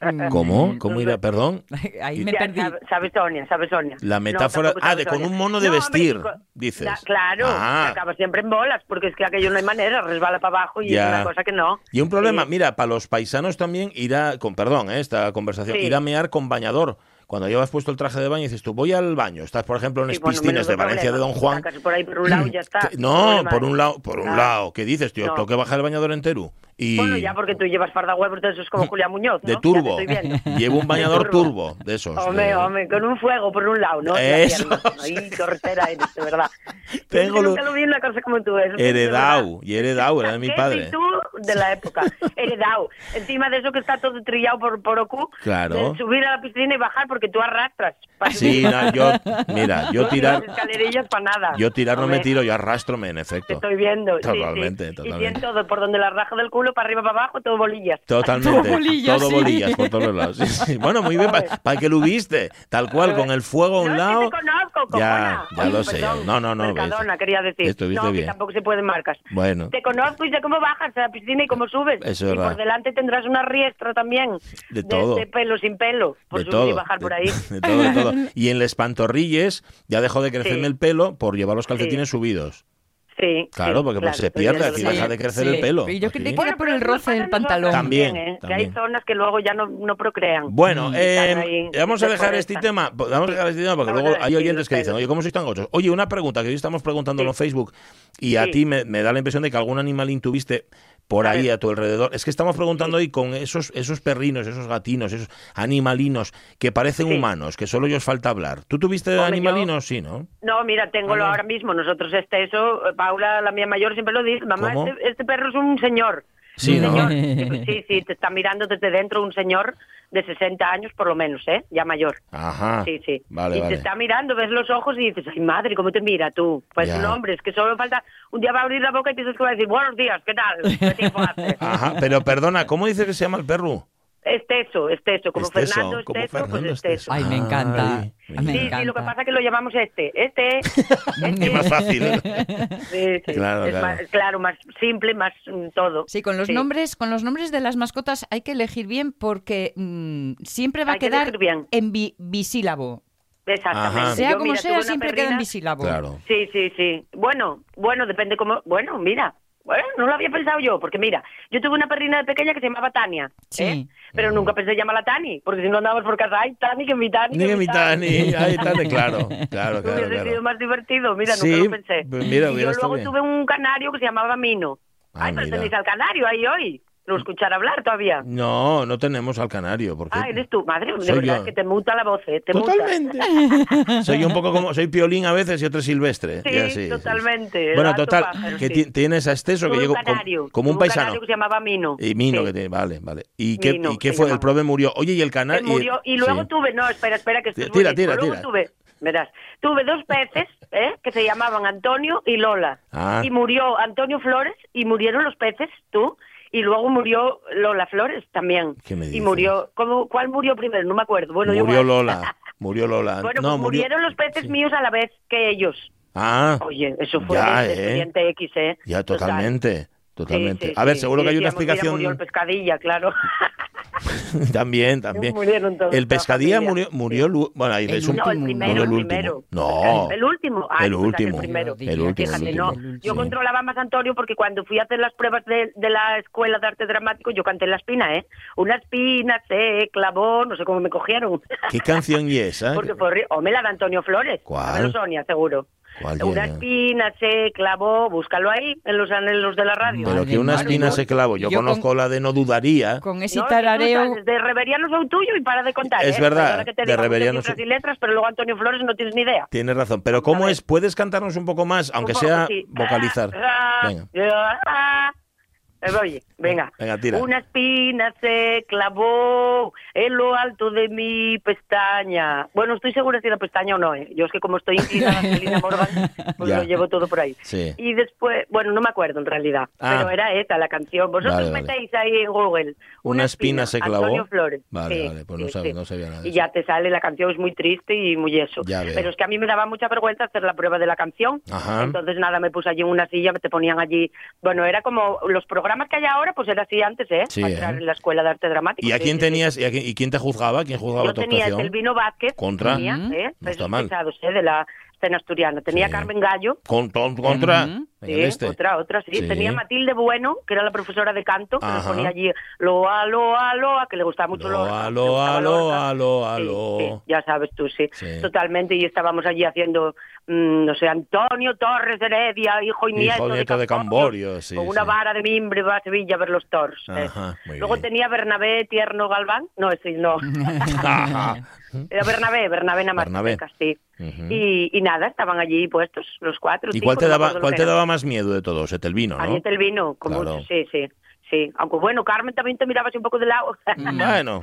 Speaker 1: ¿Cómo? ¿Cómo
Speaker 5: Entonces-
Speaker 1: irá? Perdón.
Speaker 2: Ahí
Speaker 1: Y-
Speaker 2: me
Speaker 5: Ya,
Speaker 2: perdí.
Speaker 5: sabe- Sabe Sonia, sabe Sonia.
Speaker 1: La
Speaker 5: No,
Speaker 1: metáfora-
Speaker 5: tampoco
Speaker 1: ah,
Speaker 5: sabe
Speaker 1: de con
Speaker 5: Sonia.
Speaker 1: un mono de
Speaker 5: No, hombre,
Speaker 1: vestir,
Speaker 5: co-
Speaker 1: dices.
Speaker 5: Da- claro,
Speaker 1: Ah.
Speaker 5: se acaba siempre en bolas, porque es que aquello no hay manera, resbala para abajo y
Speaker 1: Ya.
Speaker 5: es una cosa que no.
Speaker 1: Y un problema,
Speaker 5: Sí.
Speaker 1: mira, para los paisanos también irá, con perdón, ¿eh? esta conversación,
Speaker 5: Sí.
Speaker 1: irá a mear con bañador. Cuando llevas puesto el traje de baño y dices tú, voy al baño. Estás, por ejemplo, en
Speaker 5: Sí,
Speaker 1: las
Speaker 5: bueno,
Speaker 1: piscinas
Speaker 5: menudo
Speaker 1: de Valencia de
Speaker 5: problema.
Speaker 1: Don Juan.
Speaker 5: Sacas por ahí por un lado y ya está.
Speaker 1: Que- no,
Speaker 5: Problema.
Speaker 1: por un lado, por un
Speaker 5: Ah.
Speaker 1: lado. ¿Qué dices, tío?
Speaker 5: No.
Speaker 1: Tengo que bajar el bañador entero. Y
Speaker 5: Bueno, ya porque tú llevas farda huevo, entonces eso es como Julia Muñoz, ¿no?
Speaker 1: de
Speaker 5: Ya te
Speaker 1: turbo.
Speaker 5: estoy viendo.
Speaker 1: Llevo un bañador
Speaker 5: De
Speaker 1: turbo. de esos. de-
Speaker 5: Hombre, hombre, con un fuego por un lado, ¿no?
Speaker 1: Eso,
Speaker 5: La pierna. Ay, qué hortera eres, de verdad.
Speaker 1: Tengo
Speaker 5: Yo
Speaker 1: lo-
Speaker 5: nunca lo vi en una cosa como tú. eso sí, de verdad.
Speaker 1: Heredado, y heredado, era de mi
Speaker 5: ¿Qué
Speaker 1: padre.
Speaker 5: actitud de la época? Heredado. Encima de eso que está todo trillado por, por Ocu.
Speaker 1: Claro.
Speaker 5: de subir a la piscina y bajar porque tú arrastras. para
Speaker 1: Sí,
Speaker 5: subir.
Speaker 1: no, yo, mira, yo
Speaker 5: No
Speaker 1: tirar,
Speaker 5: tienes escalerillas para nada.
Speaker 1: yo tirar no me
Speaker 5: Hombre,
Speaker 1: tiro, yo arrastrome en
Speaker 5: Te
Speaker 1: efecto.
Speaker 5: estoy viendo. sí, sí.
Speaker 1: Totalmente,
Speaker 5: Y
Speaker 1: totalmente.
Speaker 5: tiene todo, por donde la raja del culo, para arriba, para abajo, todo bolillas.
Speaker 1: Totalmente,
Speaker 2: Todo bolillas,
Speaker 1: todo
Speaker 2: sí.
Speaker 1: bolillas por todos lados. Sí, sí. Bueno, muy bien,
Speaker 5: Pues.
Speaker 1: para que lo viste, tal cual, con el fuego a un
Speaker 5: no,
Speaker 1: lado.
Speaker 5: Es que Pues, te conozco,
Speaker 1: ya,
Speaker 5: cojona.
Speaker 1: ya
Speaker 5: Ay,
Speaker 1: lo sé. ya.
Speaker 5: perdón,
Speaker 1: No, no, no.
Speaker 5: Mercadona,
Speaker 1: ves.
Speaker 5: quería decir.
Speaker 1: Estuviste
Speaker 5: no,
Speaker 1: bien.
Speaker 5: que tampoco se pueden marcas.
Speaker 1: Bueno.
Speaker 5: Te conozco y sé cómo bajas a la piscina y cómo subes.
Speaker 1: Eso es
Speaker 5: y
Speaker 1: verdad.
Speaker 5: por delante tendrás una riestra también.
Speaker 1: De todo.
Speaker 5: De pelo sin pelo. Por
Speaker 1: de
Speaker 5: subir
Speaker 1: todo,
Speaker 5: y bajar por
Speaker 1: de-
Speaker 5: ahí.
Speaker 1: de todo, de todo. Y en les pantorrilles ya dejó de crecerme
Speaker 5: Sí.
Speaker 1: el pelo por llevar los calcetines subidos.
Speaker 5: Sí.
Speaker 1: Claro,
Speaker 5: sí,
Speaker 1: porque pues, se
Speaker 5: estoy
Speaker 1: pierde
Speaker 5: viendo
Speaker 1: aquí,
Speaker 5: lo que-
Speaker 1: deja de crecer el pelo.
Speaker 2: Y yo que te
Speaker 1: Aquí.
Speaker 2: queda por el
Speaker 5: Pero
Speaker 2: roce del
Speaker 5: nos pasa a
Speaker 2: pantalón.
Speaker 5: nosotros
Speaker 1: También,
Speaker 5: ¿eh? Que
Speaker 1: también.
Speaker 5: hay zonas que luego ya no, no procrean.
Speaker 1: Bueno,
Speaker 5: Y
Speaker 1: eh,
Speaker 5: están ahí,
Speaker 1: vamos a
Speaker 5: se
Speaker 1: dejar este
Speaker 5: molestan.
Speaker 1: tema, vamos a dejar este tema porque
Speaker 5: Vamos a
Speaker 1: luego hay
Speaker 5: decir
Speaker 1: oyentes que
Speaker 5: los
Speaker 1: dicen,
Speaker 5: pelos.
Speaker 1: oye, ¿cómo sois tan gochos? Oye, una pregunta que hoy estamos preguntando
Speaker 5: Sí.
Speaker 1: en Facebook y a
Speaker 5: Sí.
Speaker 1: ti me, me da la impresión de que algún animalín tuviste por
Speaker 5: A
Speaker 1: ahí
Speaker 5: ver.
Speaker 1: a tu alrededor. Es que estamos preguntando hoy con esos, esos perrinos, esos gatinos, esos animalinos que parecen
Speaker 5: Sí.
Speaker 1: humanos, que solo ellos falta hablar. ¿Tú tuviste
Speaker 5: Hombre,
Speaker 1: animalinos? Sí, ¿no?
Speaker 5: No, mira, tengo
Speaker 1: Ah, no.
Speaker 5: ahora mismo. Nosotros este eso, eh, Paula, la mía mayor, siempre lo dice. Mamá,
Speaker 1: ¿Cómo?
Speaker 5: este, este perro es un señor.
Speaker 1: Sí,
Speaker 5: un
Speaker 1: ¿no?
Speaker 5: señor. Sí, Sí, sí, te está mirando desde dentro un señor de 60 años por lo menos, ¿eh? Ya mayor.
Speaker 1: Ajá.
Speaker 5: Sí, sí.
Speaker 1: Ah, Vale,
Speaker 5: y
Speaker 1: vale.
Speaker 5: te está mirando, ves los ojos y dices, ay madre, ¿cómo te mira tú? Pues
Speaker 1: Ya.
Speaker 5: no, hombre, es que solo falta... Un día va a abrir la boca y te dices que va a decir, buenos días, ¿qué tal? ¿Qué tiempo hace?
Speaker 1: Ajá, pero perdona, ¿cómo dice que se llama el perro?
Speaker 5: Esteso, esteso, como
Speaker 1: Esteso,
Speaker 5: Fernando
Speaker 1: como
Speaker 5: Esteso,
Speaker 1: Fernando
Speaker 5: pues
Speaker 1: Esteso.
Speaker 5: esteso.
Speaker 2: Ay, me encanta.
Speaker 1: Ay,
Speaker 2: me
Speaker 5: sí,
Speaker 2: encanta.
Speaker 5: sí, lo que pasa es que lo llamamos este, este,
Speaker 1: Es
Speaker 5: este.
Speaker 1: más fácil.
Speaker 5: Sí, sí.
Speaker 1: Claro,
Speaker 5: es
Speaker 1: claro.
Speaker 5: Más, claro, más simple, más mm, todo.
Speaker 2: Sí, con los nombres, con los nombres de las mascotas hay que elegir bien porque mm, siempre va
Speaker 5: Hay
Speaker 2: a
Speaker 5: que
Speaker 2: quedar
Speaker 5: elegir bien.
Speaker 2: en bi- bisílabo.
Speaker 5: Exactamente.
Speaker 1: Ajá.
Speaker 2: Sea
Speaker 5: Yo,
Speaker 2: como
Speaker 5: mira,
Speaker 2: sea,
Speaker 5: tuve una
Speaker 2: siempre queda en
Speaker 5: perrina-
Speaker 2: bisílabo.
Speaker 1: Claro.
Speaker 5: Sí, sí, sí. Bueno, bueno, depende cómo. Bueno, mira, Bueno, no lo había pensado yo, porque mira, yo tuve una perrina de pequeña que se llamaba Tania,
Speaker 2: Sí.
Speaker 5: ¿eh? pero nunca pensé llamarla Tani, porque si no andábamos por casa, ay, Tani, que mi Tani,
Speaker 1: Ni
Speaker 5: que
Speaker 1: que
Speaker 5: mi Tani.
Speaker 1: ni ahí está, de- claro, claro, claro,
Speaker 5: Hubiese sido
Speaker 1: claro.
Speaker 5: más divertido, mira,
Speaker 1: Sí,
Speaker 5: nunca lo pensé.
Speaker 1: pues mira,
Speaker 5: y
Speaker 1: hubiera
Speaker 5: yo
Speaker 1: estado
Speaker 5: luego
Speaker 1: bien.
Speaker 5: tuve un canario que se llamaba Mino.
Speaker 1: Ah,
Speaker 5: ay, pero
Speaker 1: mira.
Speaker 5: tenéis al canario ahí hoy, lo escuchar hablar todavía.
Speaker 1: No, no tenemos al canario, porque
Speaker 5: Ah, eres tú, madre, de
Speaker 1: Soy
Speaker 5: verdad
Speaker 1: yo.
Speaker 5: que te muta la voz, ¿eh? Te muta.
Speaker 1: Totalmente. soy un poco como soy piolín a veces y otro silvestre.
Speaker 5: Sí,
Speaker 1: ya sí, sí.
Speaker 5: totalmente.
Speaker 1: Bueno,
Speaker 5: Gato
Speaker 1: total,
Speaker 5: pájaro,
Speaker 1: que
Speaker 5: sí.
Speaker 1: ti- tienes a Esteso que
Speaker 5: Tuve
Speaker 1: llegó
Speaker 5: un
Speaker 1: com-
Speaker 5: canario,
Speaker 1: como un
Speaker 5: tuve
Speaker 1: paisano.
Speaker 5: canario que se llamaba Mino.
Speaker 1: Y Mino
Speaker 5: Sí.
Speaker 1: que tiene, vale, vale. ¿Y qué,
Speaker 5: Mino
Speaker 1: y qué
Speaker 5: se
Speaker 1: fue? El
Speaker 5: llamaba.
Speaker 1: prove murió. Oye, y el canario.
Speaker 5: Él murió y luego
Speaker 1: sí.
Speaker 5: tuve, no, espera, espera, que esto es
Speaker 1: Tira,
Speaker 5: buenísimo.
Speaker 1: tira,
Speaker 5: luego
Speaker 1: tira.
Speaker 5: tuve, verás, tuve dos peces ¿eh? que se llamaban Antonio y Lola.
Speaker 1: Ah.
Speaker 5: Y murió Antonio Flores y murieron los peces, tú. Y luego murió Lola Flores también.
Speaker 1: ¿Qué me
Speaker 5: Y
Speaker 1: dices?
Speaker 5: murió, ¿cómo, ¿cuál murió primero? No me acuerdo. Bueno, yo-
Speaker 1: murió Lola. Murió Lola.
Speaker 5: Bueno,
Speaker 1: no,
Speaker 5: pues
Speaker 1: murió-
Speaker 5: murieron los peces
Speaker 1: sí.
Speaker 5: míos a la vez que ellos.
Speaker 1: Ah,
Speaker 5: Oye, eso fue
Speaker 1: Ya,
Speaker 5: de- de
Speaker 1: eh.
Speaker 5: Expediente X, ¿eh?
Speaker 1: ya
Speaker 5: Total.
Speaker 1: totalmente. Totalmente.
Speaker 5: Sí, sí,
Speaker 1: a ver,
Speaker 5: sí.
Speaker 1: seguro
Speaker 5: Y
Speaker 1: que hay una
Speaker 5: decíamos, mira,
Speaker 1: explicación.
Speaker 5: murió el pescadilla, claro.
Speaker 1: también, también.
Speaker 5: Murieron todos,
Speaker 1: el
Speaker 5: toda
Speaker 1: pescadilla
Speaker 5: familia.
Speaker 1: murió, murió Lu- bueno, ahí
Speaker 2: El
Speaker 1: es un
Speaker 5: No, el primero,
Speaker 1: murió
Speaker 5: el
Speaker 1: el último.
Speaker 5: primero.
Speaker 1: No.
Speaker 5: El último. Ah,
Speaker 1: El
Speaker 5: pues, o sea, que
Speaker 1: último.
Speaker 5: El primero.
Speaker 1: El último,
Speaker 5: Fíjate,
Speaker 1: el
Speaker 5: no.
Speaker 1: último.
Speaker 5: Yo
Speaker 1: Sí.
Speaker 5: controlaba más a Antonio porque cuando fui a hacer las pruebas de, de la escuela de arte dramático, yo canté la espina, ¿eh? Una espina se clavó, no sé cómo me cogieron.
Speaker 1: ¿Qué canción y esa?
Speaker 5: porque fue horri- O me la de Antonio Flores.
Speaker 1: ¿Cuál?
Speaker 5: A ver, Sonia, seguro.
Speaker 1: ¿Cuál llena?
Speaker 5: Una espina se clavó, búscalo ahí, en los anhelos de la radio.
Speaker 1: Pero que una
Speaker 2: Madre
Speaker 1: espina
Speaker 2: mía.
Speaker 1: se clavó. Yo,
Speaker 2: Yo con-
Speaker 1: conozco la de No dudaría.
Speaker 2: Con ese
Speaker 5: No,
Speaker 2: tarareo.
Speaker 5: De Reveriano soy tuyo y para de contar.
Speaker 1: Es
Speaker 5: ¿eh?
Speaker 1: verdad,
Speaker 5: Perdona que te
Speaker 1: de
Speaker 5: diga muchas
Speaker 1: Reveriano
Speaker 5: cifras
Speaker 1: soy-
Speaker 5: y letras, pero luego Antonio Flores no tienes ni idea.
Speaker 1: Tienes razón. Pero ¿cómo
Speaker 5: ver.
Speaker 1: es? ¿Puedes cantarnos un poco más, aunque
Speaker 5: Un poco
Speaker 1: sea
Speaker 5: así.
Speaker 1: vocalizar?
Speaker 5: Ah, ah,
Speaker 1: Venga.
Speaker 5: ah. Eh, Oye, venga.
Speaker 1: Venga, tira.
Speaker 5: Una espina se clavó en lo alto de mi pestaña. Bueno, estoy segura si era pestaña o no. ¿eh? Yo es que como estoy inclinada a Angelina Morgan, pues
Speaker 1: Ya.
Speaker 5: lo llevo todo por ahí.
Speaker 1: Sí.
Speaker 5: Y después, bueno, no me acuerdo en realidad,
Speaker 1: Ah.
Speaker 5: pero era esa la canción. Vosotros
Speaker 1: Vale, vale.
Speaker 5: metéis ahí en Google.
Speaker 1: Una espina se clavó.
Speaker 5: Antonio Flores.
Speaker 1: Vale,
Speaker 5: Sí,
Speaker 1: vale, pues no
Speaker 5: sí,
Speaker 1: sabe-
Speaker 5: sí.
Speaker 1: no sabía nada de
Speaker 5: Y ya te sale la canción, es muy triste y muy eso.
Speaker 1: Ya veo. Ah.
Speaker 5: Pero es que a mí me daba mucha vergüenza hacer la prueba de la canción.
Speaker 1: Ajá.
Speaker 5: Entonces, nada, me puse allí en una silla, te ponían allí. Bueno, era como los programas que hay ahora, pues era así antes, ¿eh?
Speaker 1: Sí,
Speaker 5: Para
Speaker 1: ¿eh?
Speaker 5: entrar en la escuela de arte dramático.
Speaker 1: ¿Y a
Speaker 5: Sí,
Speaker 1: quién
Speaker 5: sí, sí.
Speaker 1: tenías? ¿Y, a quién, y quién te juzgaba? ¿Quién juzgaba
Speaker 5: Yo
Speaker 1: tu
Speaker 5: tenía el
Speaker 1: actuación?
Speaker 5: Selvino Vázquez.
Speaker 1: Contra.
Speaker 5: Tenía,
Speaker 2: Mm.
Speaker 5: ¿eh?
Speaker 1: No está
Speaker 5: Pesos
Speaker 1: mal.
Speaker 5: pesados, ¿eh? De la escena asturiana. Tenía
Speaker 1: Sí.
Speaker 5: Carmen Gallo.
Speaker 1: Con- con- contra.
Speaker 2: Ujú.
Speaker 1: en
Speaker 5: Sí,
Speaker 1: el este.
Speaker 5: otra, otra, sí.
Speaker 1: Sí.
Speaker 5: Tenía a Matilde Bueno, que era la profesora de canto, que nos
Speaker 1: Ajá.
Speaker 5: ponía allí loa, loa, loa, que le gustaba mucho
Speaker 1: Loa,
Speaker 5: Lorca, le
Speaker 1: loa,
Speaker 5: gustaba
Speaker 1: loa,
Speaker 5: Lorca.
Speaker 1: loa,
Speaker 5: Sí,
Speaker 1: loa.
Speaker 5: sí, ya sabes tú, sí.
Speaker 1: Sí.
Speaker 5: Totalmente, y estábamos allí haciendo, mm, no sé, Antonio Torres Heredia, hijo y
Speaker 1: Hijo
Speaker 5: nieto,
Speaker 1: nieto de Camborio, sí,
Speaker 5: Con una
Speaker 1: sí.
Speaker 5: vara de mimbre va a Sevilla a ver los toros. eh.
Speaker 1: Ajá, muy
Speaker 5: Luego
Speaker 1: bien.
Speaker 5: tenía Bernabé Tierno Galván, no, ese no. Era Bernabé, Bernabé nada más.
Speaker 1: Bernabé.
Speaker 5: Sí.
Speaker 1: Ujú.
Speaker 5: y, y nada, estaban allí puestos los cuatro.
Speaker 1: ¿Y
Speaker 5: cinco,
Speaker 1: cuál te
Speaker 5: no me
Speaker 1: daba,
Speaker 5: acuerdo
Speaker 1: cuál te
Speaker 5: los que eran.
Speaker 1: daba más miedo de todos? El vino, ¿no?
Speaker 5: Ariete el vino, como
Speaker 1: Claro.
Speaker 5: sí, sí, sí. Aunque bueno, Carmen también te miraba así un poco de lado.
Speaker 1: Bueno,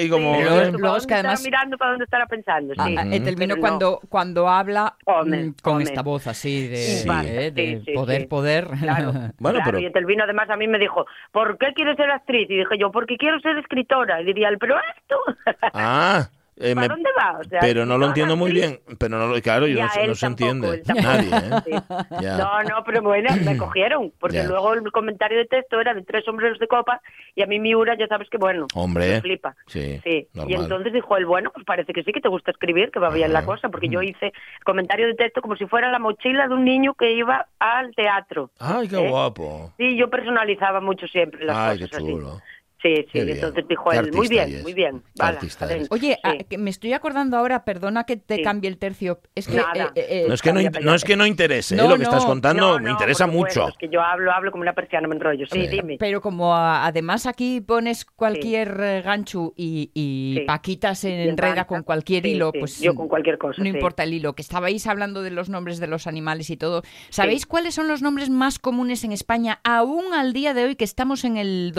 Speaker 1: y como...
Speaker 5: Sí,
Speaker 2: Pero luego
Speaker 5: ¿para
Speaker 2: es
Speaker 5: dónde
Speaker 2: que
Speaker 5: estará
Speaker 2: además-
Speaker 5: mirando para dónde estará pensando. Sí.
Speaker 2: Ah, ah, Ethel Vino
Speaker 5: Pero no.
Speaker 2: cuando, cuando habla
Speaker 5: Hombre,
Speaker 2: mm, con
Speaker 5: hombre.
Speaker 2: esta voz así de,
Speaker 1: Sí.
Speaker 2: eh, de
Speaker 5: Sí, sí,
Speaker 2: poder,
Speaker 5: sí.
Speaker 2: poder.
Speaker 5: Claro,
Speaker 1: Bueno,
Speaker 5: bueno,
Speaker 1: pero-
Speaker 5: pero... y Ethel vino además a mí me dijo, ¿por qué quieres ser actriz? Y dije yo, porque quiero ser escritora. Y diría él, pero esto,
Speaker 1: Ah, eh, me-
Speaker 5: ¿para dónde va? O sea,
Speaker 1: pero no lo
Speaker 5: escritora,
Speaker 1: entiendo muy
Speaker 5: actriz.
Speaker 1: bien. Pero no lo- claro, yo
Speaker 5: Ya,
Speaker 1: no, sé-
Speaker 5: él
Speaker 1: no se
Speaker 5: tampoco,
Speaker 1: entiende.
Speaker 5: él tampoco.
Speaker 1: Nadie, ¿eh?
Speaker 5: Sí.
Speaker 1: Ya.
Speaker 5: No, no, pero bueno, me cogieron, porque
Speaker 1: Ya.
Speaker 5: luego el comentario de texto era de tres sombreros de copa y a mí Miura ya sabes que bueno,
Speaker 1: Hombre.
Speaker 5: me flipa.
Speaker 1: Sí,
Speaker 5: Y
Speaker 1: normal.
Speaker 5: entonces dijo él, bueno, pues parece que sí que te gusta escribir, que va bien la cosa, porque
Speaker 1: Mm.
Speaker 5: yo hice comentario de texto como si fuera la mochila de un niño que iba al teatro.
Speaker 1: Ay, qué
Speaker 5: ¿eh?
Speaker 1: guapo.
Speaker 5: Sí, yo personalizaba mucho siempre las
Speaker 1: Ay, qué
Speaker 5: cosas así.
Speaker 1: chulo.
Speaker 5: Sí,
Speaker 1: Qué
Speaker 5: sí,
Speaker 1: bien.
Speaker 5: entonces dijo
Speaker 1: Qué
Speaker 5: él, muy
Speaker 1: artista
Speaker 5: bien,
Speaker 1: eres.
Speaker 5: muy bien.
Speaker 1: Qué
Speaker 5: Hala,
Speaker 1: artista
Speaker 5: adentro.
Speaker 1: eres.
Speaker 2: Oye,
Speaker 5: Sí.
Speaker 2: ah, que me estoy acordando ahora, perdona que te
Speaker 5: Sí.
Speaker 2: cambie el tercio. Es que, eh,
Speaker 5: Nada.
Speaker 1: No es que no,
Speaker 5: Cambia,
Speaker 1: in-
Speaker 5: cambia.
Speaker 1: no es que no interese, ¿eh?
Speaker 2: No,
Speaker 1: lo que estás
Speaker 2: no.
Speaker 1: contando
Speaker 5: No,
Speaker 1: me
Speaker 5: no,
Speaker 1: interesa
Speaker 5: por supuesto,
Speaker 1: mucho.
Speaker 5: Es que yo hablo, hablo como una persiana, me enrollo. Sí,
Speaker 1: Sí.
Speaker 5: dime.
Speaker 2: Pero como a- además aquí pones cualquier eh, gancho y, y
Speaker 5: Sí.
Speaker 2: Paquita se
Speaker 5: Y
Speaker 2: enreda
Speaker 5: danza.
Speaker 2: con cualquier
Speaker 5: Sí,
Speaker 2: hilo,
Speaker 5: sí,
Speaker 2: pues
Speaker 5: yo con cualquier cosa,
Speaker 2: no
Speaker 5: sí.
Speaker 2: importa el hilo. Que estabais hablando de los nombres de los animales y todo. ¿Sabéis cuáles son los nombres más comunes en España aún al día de hoy que estamos en el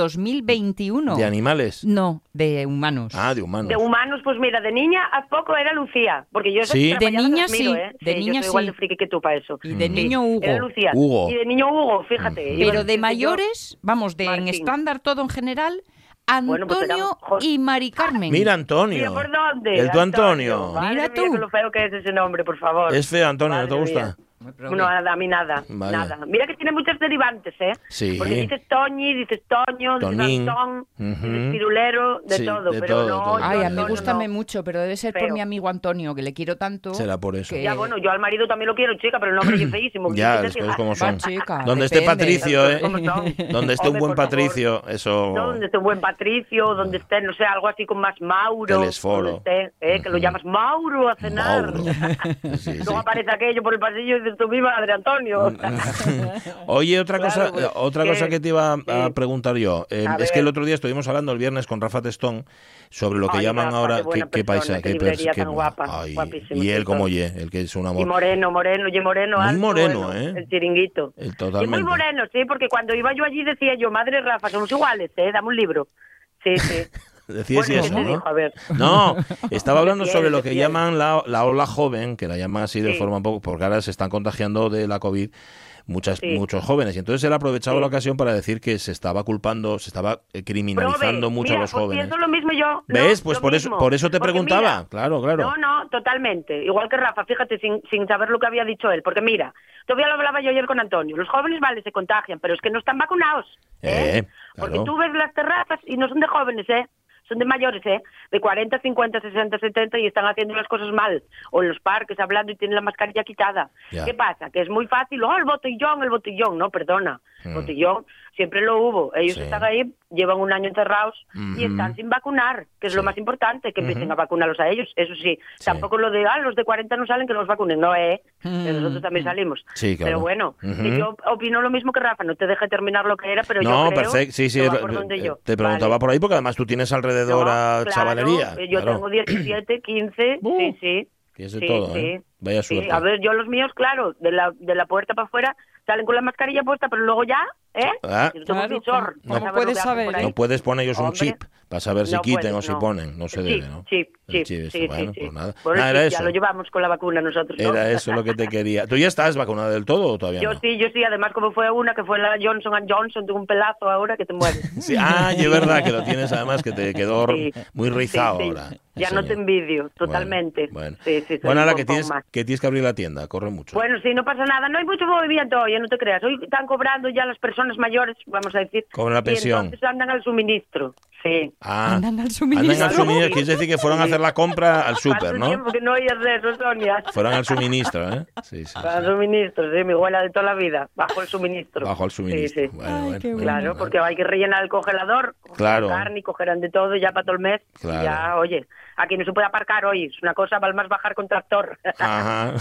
Speaker 2: 2021?
Speaker 1: ¿De animales?
Speaker 2: No, de humanos.
Speaker 1: Ah, de humanos.
Speaker 5: De humanos, pues mira, de niña a poco era Lucía, porque yo esas
Speaker 1: Sí.
Speaker 5: por la
Speaker 2: De
Speaker 5: mañana
Speaker 2: niña
Speaker 5: las miro,
Speaker 2: sí,
Speaker 5: ¿eh?
Speaker 2: de
Speaker 5: yo
Speaker 2: niña
Speaker 5: soy igual
Speaker 2: sí.
Speaker 5: de friki que tú para eso.
Speaker 1: mm.
Speaker 2: Y de
Speaker 5: Sí,
Speaker 2: niño Hugo.
Speaker 5: Era Lucía.
Speaker 1: Hugo.
Speaker 5: Y de niño Hugo, fíjate. iba a
Speaker 2: Pero
Speaker 5: decir que
Speaker 2: de
Speaker 5: yo-
Speaker 2: mayores, vamos, de en
Speaker 5: Martín.
Speaker 2: estándar todo en general, Antonio
Speaker 5: Bueno, pues eran Jos-
Speaker 2: y Mari Carmen.
Speaker 1: Mira, Antonio.
Speaker 5: Mira, ¿por dónde?
Speaker 1: El tu Antonio.
Speaker 5: Madre
Speaker 2: Mira
Speaker 5: mía,
Speaker 2: tú.
Speaker 5: con lo feo que es ese nombre, por favor.
Speaker 1: Es feo, Antonio, ¿no te
Speaker 5: Madre
Speaker 1: gusta?
Speaker 5: mía.
Speaker 2: Muy probé.
Speaker 5: No, nada, a mí nada,
Speaker 1: Vaya.
Speaker 5: nada. Mira que tiene muchos derivantes, ¿eh?
Speaker 1: Sí.
Speaker 5: Porque dices Toñi, dices Toño,
Speaker 1: Tonín.
Speaker 5: dices Antón,
Speaker 1: Ujú.
Speaker 5: dices Pirulero, de
Speaker 1: Sí,
Speaker 5: todo,
Speaker 1: de
Speaker 5: pero
Speaker 1: todo,
Speaker 5: no.
Speaker 1: todo.
Speaker 5: yo
Speaker 2: Ay, a mí
Speaker 5: Antonio
Speaker 2: gustame
Speaker 5: no.
Speaker 2: mucho, pero debe ser por
Speaker 5: Feo.
Speaker 2: mi amigo Antonio, que le quiero tanto.
Speaker 1: Será por eso.
Speaker 2: que-
Speaker 5: Ya, bueno, yo al marido también lo quiero, chica, pero el nombre es feísimo.
Speaker 1: Ya,
Speaker 5: Quisiera
Speaker 1: las cosas
Speaker 5: decir,
Speaker 1: como
Speaker 5: ah,
Speaker 1: son.
Speaker 2: Va, chica,
Speaker 1: donde esté
Speaker 2: depende.
Speaker 1: Patricio, ¿eh?
Speaker 5: ¿Cómo son?
Speaker 1: Donde esté un
Speaker 5: Hombre,
Speaker 1: buen
Speaker 5: por favor.
Speaker 1: Patricio, eso...
Speaker 5: ¿no? Donde esté un buen Patricio, donde esté, no sé, algo así con más Mauro.
Speaker 1: Que les foro.
Speaker 5: donde esté, ¿eh? Que lo llamas Mauro a cenar.
Speaker 1: Mauro. Sí, sí. Mm,
Speaker 5: Luego aparece aquello por el pasillo y dices tú, mi madre, Antonio.
Speaker 1: Oye, otra
Speaker 5: Claro,
Speaker 1: cosa,
Speaker 5: pues,
Speaker 1: otra
Speaker 5: ¿qué?
Speaker 1: cosa que te iba a- a,
Speaker 5: ¿Qué?
Speaker 1: preguntar yo. Eh,
Speaker 5: A
Speaker 1: es
Speaker 5: ver.
Speaker 1: que el otro día estuvimos hablando el viernes con Rafa Testón sobre lo que
Speaker 5: Ay,
Speaker 1: llaman
Speaker 5: Rafa,
Speaker 1: ahora
Speaker 5: qué buena
Speaker 1: qué, qué
Speaker 5: persona,
Speaker 1: paisa,
Speaker 5: qué
Speaker 1: qué
Speaker 5: librería
Speaker 1: qué
Speaker 5: tan
Speaker 1: buena.
Speaker 5: guapísima,
Speaker 1: Ay,
Speaker 5: guapísimo
Speaker 1: y él como
Speaker 5: tipo.
Speaker 1: ye, el que es un
Speaker 5: Y
Speaker 1: amor.
Speaker 5: moreno, moreno, y moreno.
Speaker 1: mm. Muy
Speaker 5: alto,
Speaker 1: moreno,
Speaker 5: bueno,
Speaker 1: ¿eh?
Speaker 5: El chiringuito.
Speaker 1: El
Speaker 5: Y muy
Speaker 1: totalmente.
Speaker 5: moreno, sí, porque cuando iba yo allí decía yo, madre Rafa, somos iguales, ¿eh? Dame un libro. Sí, sí.
Speaker 1: Decías
Speaker 5: Bueno,
Speaker 1: eso,
Speaker 5: ¿qué te
Speaker 1: ¿no?
Speaker 5: dijo? A ver.
Speaker 1: No, estaba hablando
Speaker 5: Decías,
Speaker 1: sobre lo que
Speaker 5: decías.
Speaker 1: llaman la, la ola joven, que la llaman así de
Speaker 5: Sí.
Speaker 1: forma un poco, porque ahora se están contagiando de la COVID muchas,
Speaker 5: Sí.
Speaker 1: muchos jóvenes. Y entonces él aprovechaba
Speaker 5: Sí.
Speaker 1: la ocasión para decir que se estaba culpando, se estaba eh, criminalizando
Speaker 5: Prove.
Speaker 1: mucho
Speaker 5: Mira,
Speaker 1: a los
Speaker 5: pues
Speaker 1: jóvenes.
Speaker 5: pienso lo mismo yo.
Speaker 1: ¿Ves?
Speaker 5: No,
Speaker 1: Pues
Speaker 5: lo
Speaker 1: por eso,
Speaker 5: mismo.
Speaker 1: por eso te
Speaker 5: Porque
Speaker 1: preguntaba.
Speaker 5: mira,
Speaker 1: claro, claro.
Speaker 5: No, no, totalmente. Igual que Rafa, fíjate, sin, sin saber lo que había dicho él. Porque mira, todavía lo hablaba yo ayer con Antonio. Los jóvenes, vale, se contagian, pero es que no están vacunados. ¿eh?
Speaker 1: Eh, claro.
Speaker 5: Porque tú ves las terrazas y no son de jóvenes, ¿eh? Son de mayores, ¿eh? De 40, 50, 60, 70 y están haciendo las cosas mal. O en los parques hablando y tienen la mascarilla quitada.
Speaker 1: Ya.
Speaker 5: ¿Qué pasa? Que es muy fácil. ¡Oh, el botellón, el botellón! No, perdona.
Speaker 1: Mm.
Speaker 5: Botellón siempre lo hubo. Ellos
Speaker 1: Sí.
Speaker 5: están ahí, llevan un año encerrados y
Speaker 1: Ujú.
Speaker 5: están sin vacunar, que es
Speaker 1: Sí.
Speaker 5: lo más importante, que empiecen
Speaker 1: Ujú.
Speaker 5: a vacunarlos a ellos. Eso sí.
Speaker 1: Sí.
Speaker 5: Tampoco lo de, ah, los de 40 no salen, que nos vacunen. No, ¿eh? Que
Speaker 2: Mm.
Speaker 5: Nosotros también salimos.
Speaker 1: Sí, claro.
Speaker 5: Pero bueno, que
Speaker 1: Ujú.
Speaker 5: yo opino lo mismo que Rafa. No te deje terminar lo que era, pero yo
Speaker 1: no,
Speaker 5: creo
Speaker 1: perfecto. Sí, sí,
Speaker 5: que
Speaker 1: eh,
Speaker 5: va por donde yo.
Speaker 1: te preguntaba
Speaker 5: Vale.
Speaker 1: por ahí porque además tú tienes alrededor
Speaker 5: No,
Speaker 1: a
Speaker 5: claro, eh,
Speaker 1: chavalería.
Speaker 5: Yo
Speaker 1: claro,
Speaker 5: tengo 17, 15, sí, sí.
Speaker 1: que es de
Speaker 5: sí,
Speaker 1: todo,
Speaker 5: sí,
Speaker 1: ¿eh? Vaya
Speaker 5: sí.
Speaker 1: suerte.
Speaker 5: A ver, yo los míos, claro, de la, de la puerta para afuera salen con la mascarilla puesta, pero luego ya, ¿eh?
Speaker 1: Ah.
Speaker 5: Yo tengo un
Speaker 2: Claro,
Speaker 5: visor,
Speaker 2: ¿cómo- cómo
Speaker 5: ya sabes
Speaker 2: puedes
Speaker 5: lo que hacen por
Speaker 2: saber,
Speaker 5: ahí.
Speaker 2: eh?
Speaker 1: No puedes poner ellos un
Speaker 5: Hombre,
Speaker 1: chip para saber si
Speaker 5: no
Speaker 1: quiten o
Speaker 5: puedes,
Speaker 1: si
Speaker 5: no.
Speaker 1: ponen. No se
Speaker 5: Sí,
Speaker 1: debe, ¿no?
Speaker 5: Sí,
Speaker 1: El
Speaker 5: sí,
Speaker 1: chip
Speaker 5: sí,
Speaker 1: este,
Speaker 5: sí,
Speaker 1: bueno,
Speaker 5: sí.
Speaker 1: pues nada.
Speaker 5: Bueno,
Speaker 1: Nada,
Speaker 5: sí,
Speaker 1: era
Speaker 5: ya
Speaker 1: eso.
Speaker 5: lo llevamos con la vacuna nosotros, ¿no?
Speaker 1: Era eso lo que te quería. ¿Tú ya estás vacunada del todo o todavía
Speaker 5: Yo
Speaker 1: no?
Speaker 5: sí, yo sí, además como fue una que fue la Johnson and Johnson, tengo un pelazo ahora que te mueres.
Speaker 1: Sí, Ah, y es verdad que lo tienes además que te quedó
Speaker 5: Sí,
Speaker 1: muy rizado
Speaker 5: sí, sí.
Speaker 1: ahora. el
Speaker 5: Ya no te
Speaker 1: señor.
Speaker 5: envidio,
Speaker 1: Bueno,
Speaker 5: totalmente.
Speaker 1: Bueno,
Speaker 5: Sí, sí, soy
Speaker 1: Bueno,
Speaker 5: un
Speaker 1: ahora que
Speaker 5: pompón
Speaker 1: tienes,
Speaker 5: más.
Speaker 1: que tienes que abrir la tienda, corre mucho.
Speaker 5: Bueno, sí, no pasa nada. No hay mucho movimiento hoy, eh, no te creas. Hoy están cobrando ya las personas mayores, vamos a decir.
Speaker 1: Cobran la
Speaker 5: y
Speaker 1: pensión.
Speaker 5: entonces andan al suministro. Sí.
Speaker 1: Ah,
Speaker 2: Andan al suministro.
Speaker 1: Andan al suministro, quiere decir que fueron a hacer la compra al
Speaker 5: Hace
Speaker 1: súper, ¿no?
Speaker 5: tiempo que no oías de eso, Sonia.
Speaker 1: Fueron al suministro, ¿eh? Sí, sí.
Speaker 5: Al suministro, sí, mi abuela de toda la vida. Bajo el suministro.
Speaker 1: Bajo al suministro.
Speaker 5: Sí, sí.
Speaker 1: Bueno, bueno, bueno,
Speaker 5: Claro,
Speaker 1: bueno.
Speaker 5: porque hay que rellenar el congelador, cogerán
Speaker 1: Claro.
Speaker 5: carne y cogerán de todo ya para todo el mes.
Speaker 1: Claro.
Speaker 5: Ya, oye, aquí no se puede aparcar hoy, es una cosa, va más bajar con tractor.
Speaker 1: Ajá.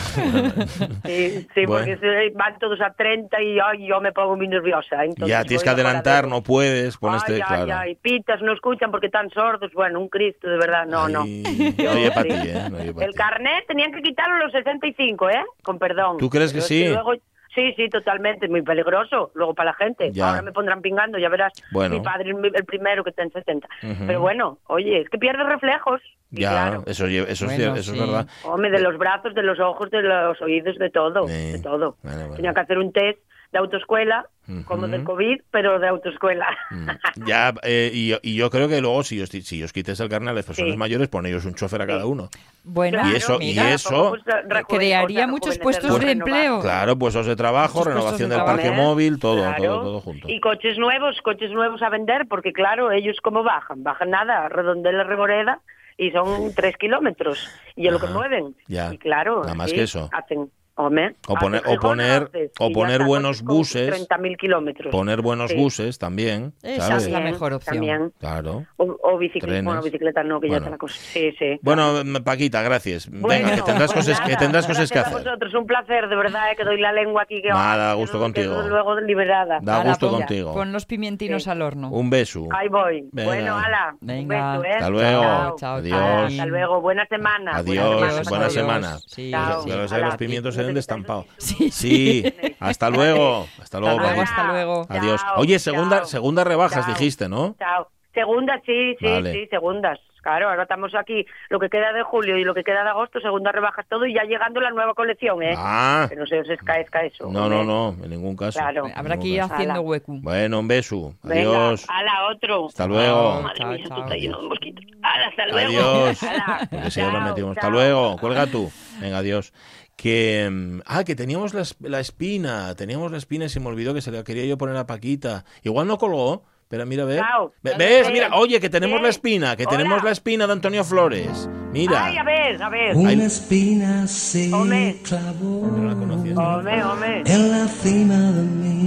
Speaker 5: sí, sí
Speaker 1: Bueno.
Speaker 5: porque se- van todos a 30 y ay, yo me pongo muy nerviosa. entonces
Speaker 1: ya tienes que
Speaker 5: voy mejor a
Speaker 1: adelantar,
Speaker 5: dedo.
Speaker 1: no puedes con
Speaker 5: Ay,
Speaker 1: este,
Speaker 5: ay,
Speaker 1: claro.
Speaker 5: ay, pitas, no escuchan porque están sordos. Bueno, un Cristo, de verdad, no, no.
Speaker 1: Ay, no oye para ti, ¿eh? No oye pa'
Speaker 5: El
Speaker 1: ti.
Speaker 5: carnet tenían que quitarlo a los 65, ¿eh? Con perdón.
Speaker 1: ¿Tú crees que
Speaker 5: Pero es
Speaker 1: sí?
Speaker 5: luego- Sí, sí, totalmente, muy peligroso luego para la gente.
Speaker 1: Ya.
Speaker 5: Ahora me pondrán pingando, ya verás.
Speaker 1: Bueno.
Speaker 5: Mi padre es el primero que está en 60.
Speaker 1: Ujú.
Speaker 5: Pero bueno, oye, es que pierde reflejos. Y
Speaker 1: Ya,
Speaker 5: claro,
Speaker 1: eso, lle- eso, es
Speaker 2: Bueno,
Speaker 1: cier- eso
Speaker 2: sí.
Speaker 1: es verdad.
Speaker 5: Hombre, de los brazos, de los ojos, de los oídos, de todo,
Speaker 1: Eh,
Speaker 5: de todo.
Speaker 1: bueno, bueno.
Speaker 5: Tenía que hacer un test de autoescuela, como
Speaker 1: Ujú.
Speaker 5: del COVID, pero de autoescuela.
Speaker 1: Mm. Ya, eh, y, y yo creo que luego, si os, ti- si os quites el carnet a las personas
Speaker 5: Sí.
Speaker 1: mayores, ponéis un chofer a cada uno.
Speaker 2: Bueno,
Speaker 1: Y eh, eso- y
Speaker 2: mira,
Speaker 1: eso-
Speaker 5: tampoco es rejuven-
Speaker 2: crearía
Speaker 5: o sea,
Speaker 2: muchos
Speaker 5: rejuvenecer,
Speaker 2: puestos de
Speaker 5: renovar.
Speaker 2: empleo.
Speaker 1: Claro, puestos de trabajo,
Speaker 2: Muchos puestos
Speaker 1: renovación
Speaker 2: de
Speaker 1: del
Speaker 2: trabajo.
Speaker 1: parque
Speaker 5: Comer,
Speaker 1: móvil, todo,
Speaker 5: claro.
Speaker 1: todo, todo junto.
Speaker 5: Y coches nuevos, coches nuevos a vender, porque claro, ellos cómo bajan, bajan nada, redondela Reboreda y son tres kilómetros y es lo que
Speaker 1: Ajá,
Speaker 5: mueven.
Speaker 1: ya.
Speaker 5: Y claro,
Speaker 1: Nada más
Speaker 5: así
Speaker 1: que eso.
Speaker 5: hacen. Hombre,
Speaker 1: O poner-
Speaker 5: hacen
Speaker 1: o poner-
Speaker 5: frijoles,
Speaker 1: o
Speaker 5: y ya
Speaker 1: poner
Speaker 5: está,
Speaker 1: buenos
Speaker 5: coches con
Speaker 1: buses.
Speaker 5: 30.000 kilómetros.
Speaker 1: Poner buenos
Speaker 5: Sí.
Speaker 1: buses también,
Speaker 2: Esa
Speaker 1: ¿sabes?
Speaker 2: es la mejor opción.
Speaker 5: También.
Speaker 1: Claro.
Speaker 5: O, o bicicleta,
Speaker 1: Trenes.
Speaker 5: bueno, bicicleta no, que ya
Speaker 1: Bueno.
Speaker 5: está la cosa. Sí, sí.
Speaker 1: Bueno, m- Paquita, gracias. Venga, que
Speaker 5: Bueno,
Speaker 1: tendrás
Speaker 5: pues
Speaker 1: cosas, que,
Speaker 5: nada,
Speaker 1: tendrás cosas que
Speaker 5: gracias a
Speaker 1: hacer.
Speaker 5: vosotros, un placer, de verdad, eh, que doy la lengua aquí. Que
Speaker 1: Nada,
Speaker 5: que
Speaker 1: gusto
Speaker 5: no- que no-
Speaker 1: contigo.
Speaker 5: Luego liberada.
Speaker 1: Da
Speaker 2: Ala,
Speaker 1: gusto
Speaker 2: pon-
Speaker 1: contigo. Uh,
Speaker 2: Pon los pimientinos
Speaker 5: Sí.
Speaker 2: al horno.
Speaker 1: Un beso.
Speaker 5: Ahí voy.
Speaker 1: Venga.
Speaker 5: Bueno, ala. un
Speaker 2: Venga.
Speaker 5: beso, ¿eh?
Speaker 1: Hasta luego.
Speaker 5: Chao.
Speaker 2: Chao,
Speaker 1: Adiós.
Speaker 5: Ala, Hasta luego. Buena semana.
Speaker 1: Adiós,
Speaker 5: Buena semana.
Speaker 1: buena
Speaker 2: adiós.
Speaker 1: semana.
Speaker 2: Sí.
Speaker 1: Ya
Speaker 5: Chao.
Speaker 1: sabes que
Speaker 5: Ojalá.
Speaker 1: los pimientos se
Speaker 5: No
Speaker 1: ven de
Speaker 5: te
Speaker 1: estampado.
Speaker 2: Sí,
Speaker 1: Sí, hasta luego. Hasta luego,
Speaker 2: luego,
Speaker 1: Paquita.
Speaker 2: hasta luego.
Speaker 1: Adiós.
Speaker 5: Chao,
Speaker 1: Oye, segunda,
Speaker 5: chao.
Speaker 1: segunda rebajas
Speaker 5: Chao.
Speaker 1: dijiste, ¿no?
Speaker 5: Chao. Segunda, sí, sí,
Speaker 1: Vale.
Speaker 5: sí, segundas. Claro, ahora estamos aquí. Lo que queda de julio y lo que queda de agosto, segunda rebajas todo y ya llegando la nueva colección, ¿eh?
Speaker 1: Ah,
Speaker 5: Que no se os escaezca eso.
Speaker 1: no, no,
Speaker 5: hombre.
Speaker 1: no, en ningún caso.
Speaker 5: Claro.
Speaker 1: En
Speaker 2: Habrá que
Speaker 1: ningún
Speaker 2: ir
Speaker 1: caso.
Speaker 2: haciendo
Speaker 5: Ala.
Speaker 2: hueco.
Speaker 1: Bueno, un beso.
Speaker 5: Venga,
Speaker 1: Adiós.
Speaker 5: ala, otro.
Speaker 1: Hasta luego.
Speaker 5: Madre
Speaker 2: Chao,
Speaker 5: mía, esto
Speaker 2: chao.
Speaker 5: está lleno de mosquitos. Ala. igual, hasta luego.
Speaker 1: Adiós.
Speaker 5: Hala,
Speaker 1: Porque si ya lo
Speaker 5: chao,
Speaker 1: metimos. Hasta
Speaker 5: chao.
Speaker 1: luego. Cuelga tú. Venga, adiós. Que, mm, ah, que teníamos la, es- la espina. Teníamos la espina y se me olvidó que se la quería yo poner a Paquita. Igual no colgó. Pero mira, a ver.
Speaker 5: Chao.
Speaker 1: Ve- ¿Ves?
Speaker 5: Adiós.
Speaker 1: Mira, oye, que tenemos
Speaker 5: ¿Qué?
Speaker 1: la espina. Que tenemos
Speaker 5: Hola.
Speaker 1: la espina de Antonio Flores. Mira.
Speaker 5: Ay, a ver, a ver.
Speaker 1: Ahí-
Speaker 6: Una espina se
Speaker 5: Hombre.
Speaker 6: clavó
Speaker 1: No la conocías.
Speaker 5: Hombre, hombre.
Speaker 6: en la cima de mi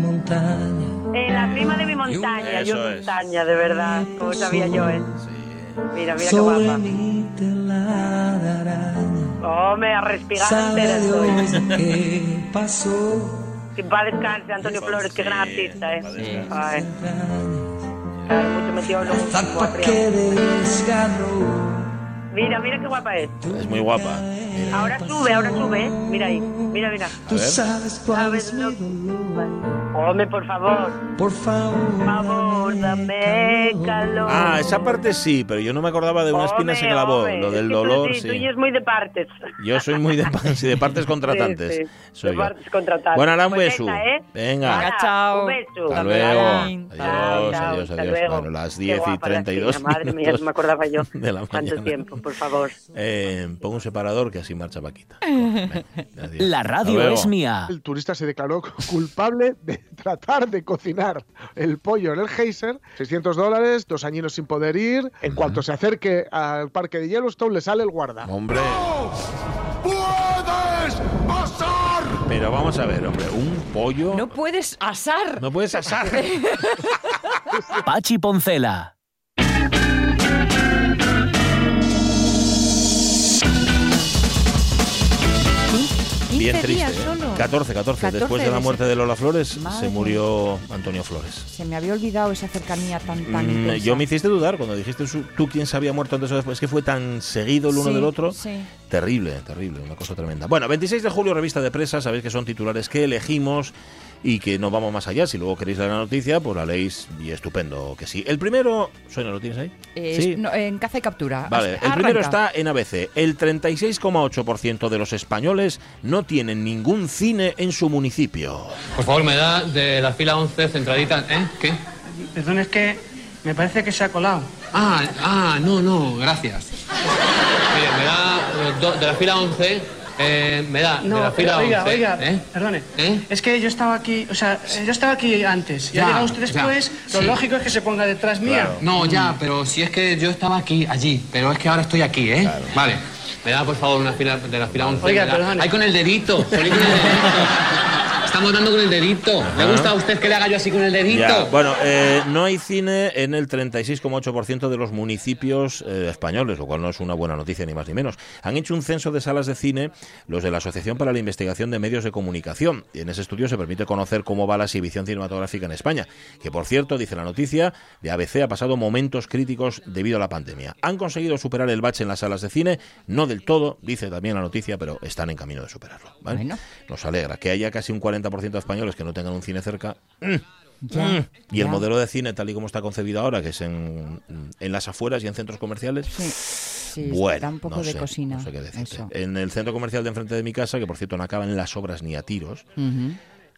Speaker 6: montaña.
Speaker 5: En la cima de mi montaña, yo
Speaker 1: Eso es.
Speaker 5: montaña, de verdad. Como sabía yo, ¿eh? Mira, mira qué
Speaker 6: Sobre
Speaker 5: guapa.
Speaker 6: mi tela de araña.
Speaker 5: Hombre, a respirar entera
Speaker 6: Sabe
Speaker 5: estoy.
Speaker 6: Dios qué pasó.
Speaker 5: Que va a descansar Antonio Flores, qué gran artista, ¿eh? Ay, claro, mucho metió en un-
Speaker 6: Zarpa que desgarró.
Speaker 5: Mira, mira qué guapa es.
Speaker 1: Es muy guapa. Mira,
Speaker 5: Ahora sube, ahora sube, ¿eh? Mira ahí, mira, mira.
Speaker 1: a
Speaker 6: Tú
Speaker 1: ver.
Speaker 6: sabes cuál
Speaker 5: ¿Sabes
Speaker 6: es mi
Speaker 5: lo-
Speaker 6: dolor.
Speaker 5: Hombre, por favor,
Speaker 6: Por favor,
Speaker 5: por favor, dame calor.
Speaker 1: Ah, esa parte sí, pero yo no me acordaba de una espina se
Speaker 5: Hombre,
Speaker 1: clavó.
Speaker 5: hombre,
Speaker 1: Lo
Speaker 5: es
Speaker 1: del
Speaker 5: que tú-
Speaker 1: dolor,
Speaker 5: sí. Tú
Speaker 1: sí.
Speaker 5: y es muy de partes.
Speaker 1: Yo soy muy de, pa- sí, de partes contratantes.
Speaker 5: Sí, sí,
Speaker 1: Soy
Speaker 5: de
Speaker 1: yo.
Speaker 5: partes contratantes.
Speaker 1: Bueno, ahora un
Speaker 5: Pues
Speaker 1: beso.
Speaker 5: venga, ¿eh?
Speaker 1: Venga.
Speaker 5: Ahora,
Speaker 2: Chao.
Speaker 5: Un beso.
Speaker 1: Hasta luego.
Speaker 2: luego.
Speaker 1: Adiós,
Speaker 5: Chao,
Speaker 1: adiós,
Speaker 5: hasta
Speaker 1: adiós.
Speaker 5: luego.
Speaker 1: Bueno, las
Speaker 5: Qué
Speaker 1: 10 y
Speaker 5: guapa la
Speaker 1: 32
Speaker 5: esquina, Madre mía,
Speaker 1: minutos
Speaker 5: no me acordaba yo.
Speaker 1: de la
Speaker 5: ¿Cuánto
Speaker 1: mañana.
Speaker 5: tiempo, por favor?
Speaker 1: Eh, pon un separador que así marcha Paquita. Venga, adiós.
Speaker 3: La
Speaker 1: Hasta
Speaker 3: radio
Speaker 1: luego.
Speaker 3: es mía.
Speaker 7: El turista se declaró culpable de tratar de cocinar el pollo en el geyser. 600 dólares, dos añinos sin poder ir. En cuanto se acerque al parque de Yellowstone, le sale el guarda.
Speaker 1: Hombre. Pero vamos a ver, hombre, un pollo.
Speaker 2: No
Speaker 1: No,
Speaker 2: puedes asar.
Speaker 1: puedes asar.
Speaker 3: Pachi Poncela.
Speaker 1: Bien
Speaker 2: 15
Speaker 1: triste.
Speaker 2: días
Speaker 1: ¿eh?
Speaker 2: solo.
Speaker 1: 14, 14.
Speaker 2: 14
Speaker 1: Después de la
Speaker 2: de
Speaker 1: muerte de Lola Flores, se
Speaker 2: Madre.
Speaker 1: murió Antonio Flores.
Speaker 2: Se me había olvidado esa cercanía tan tan
Speaker 1: Mm,
Speaker 2: intensa.
Speaker 1: yo me hiciste dudar cuando dijiste su- tú quién se había muerto antes o después. Es que fue tan seguido el uno
Speaker 2: Sí,
Speaker 1: del otro.
Speaker 2: sí.
Speaker 1: Terrible, terrible, una cosa tremenda. Bueno, 26 de julio, revista de presa, sabéis que son titulares que elegimos y que no vamos más allá. Si luego queréis leer la noticia, pues la leéis y estupendo que sí. El primero, suena, ¿lo tienes ahí?
Speaker 2: Eh, no, en caza y captura.
Speaker 1: Vale,
Speaker 2: Has-
Speaker 1: el primero
Speaker 2: arranca.
Speaker 1: está en ABC. El 36,8% de los españoles no tienen ningún cine en su municipio.
Speaker 8: Por favor, me da de la fila 11 centradita. ¿Eh? ¿Qué?
Speaker 9: Perdón, es que me parece que se ha colado.
Speaker 8: Ah, ah, no, no, gracias. Mire, me da eh, do- de la fila 11. eh, me da de la fila
Speaker 9: oiga,
Speaker 8: 11.
Speaker 9: oiga,
Speaker 8: ¿eh?
Speaker 9: perdone.
Speaker 8: ¿Eh?
Speaker 9: Es que yo estaba aquí, o sea, eh, yo estaba aquí antes. Ya,
Speaker 8: Ya,
Speaker 9: ha llegado usted
Speaker 8: ya,
Speaker 9: después, lo
Speaker 8: sí.
Speaker 9: lógico es que se ponga detrás mía.
Speaker 8: No, ya, pero si es que yo estaba aquí, allí, pero es que ahora estoy aquí, ¿eh? Vale. Me da, por favor, una fila de la fila 11.
Speaker 9: Oiga,
Speaker 8: me da-
Speaker 9: perdone.
Speaker 8: Ay, con el dedito. Ponle con el dedito. Estamos dando con el dedito. ¿Le gusta a usted que le haga yo así con el dedito?
Speaker 1: Ya, Bueno, eh, no hay cine en el 36,8% de los municipios eh, españoles, lo cual no es una buena noticia ni más ni menos. Han hecho un censo de salas de cine los de la Asociación para la Investigación de Medios de Comunicación. Y en ese estudio se permite conocer cómo va la exhibición cinematográfica en España, que por cierto, dice la noticia, de ABC ha pasado momentos críticos debido a la pandemia. Han conseguido superar el bache en las salas de cine, no del todo, dice también la noticia, pero están en camino de superarlo. ¿vale?
Speaker 2: Bueno.
Speaker 1: Nos alegra que haya casi un 40% de españoles que no tengan un cine cerca.
Speaker 2: Ya,
Speaker 1: Mm. Y el
Speaker 2: ya.
Speaker 1: modelo de cine, tal y como está concebido ahora, que es en, en las afueras y en centros comerciales.
Speaker 2: Sí, sí,
Speaker 1: Bueno,
Speaker 2: da un poco
Speaker 1: no
Speaker 2: de
Speaker 1: sé,
Speaker 2: cocina.
Speaker 1: no sé qué decirte. Eh,
Speaker 2: eso.
Speaker 1: En el centro comercial de enfrente de mi casa, que por cierto no acaban las obras ni a tiros,
Speaker 2: Ujú.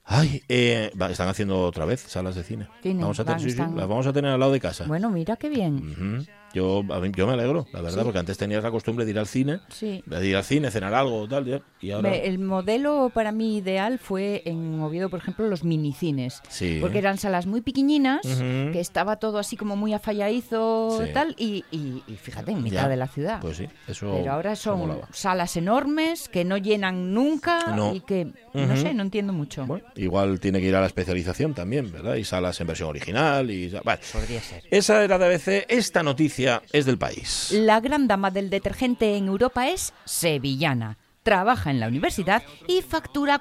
Speaker 1: ay, eh, va- están haciendo otra vez salas de cine.
Speaker 2: Tienen,
Speaker 1: vamos a
Speaker 2: van,
Speaker 1: tener, sí, sí,
Speaker 2: están-
Speaker 1: las vamos a tener al lado de casa.
Speaker 2: Bueno, mira qué bien.
Speaker 1: Ujú. yo, a mí- yo me alegro, la verdad, porque antes tenías la costumbre de ir al cine,
Speaker 2: Sí.
Speaker 1: de ir al cine, cenar algo, tal, ya, y ahora...
Speaker 2: Me- el modelo para mí ideal fue en Oviedo, por ejemplo, los minicines.
Speaker 1: Sí.
Speaker 2: Porque eran salas muy pequeñinas,
Speaker 1: Ujú.
Speaker 2: que estaba todo así como muy afalladizo
Speaker 1: Sí.
Speaker 2: y tal, y, y- y fíjate, en mitad
Speaker 1: Ya.
Speaker 2: de la ciudad.
Speaker 1: Pues sí, eso...
Speaker 2: Pero ahora
Speaker 1: eso
Speaker 2: son
Speaker 1: molaba.
Speaker 2: salas enormes que no llenan nunca
Speaker 1: No.
Speaker 2: y que,
Speaker 1: Ujú.
Speaker 2: no sé, no entiendo mucho.
Speaker 1: Bueno, igual tiene que ir a la especialización también, ¿verdad? Y salas en versión original y... Vale.
Speaker 2: Podría ser.
Speaker 1: Esa era de ABC. Esta noticia es del país.
Speaker 2: La gran dama del detergente en Europa es sevillana. Trabaja en la universidad y factura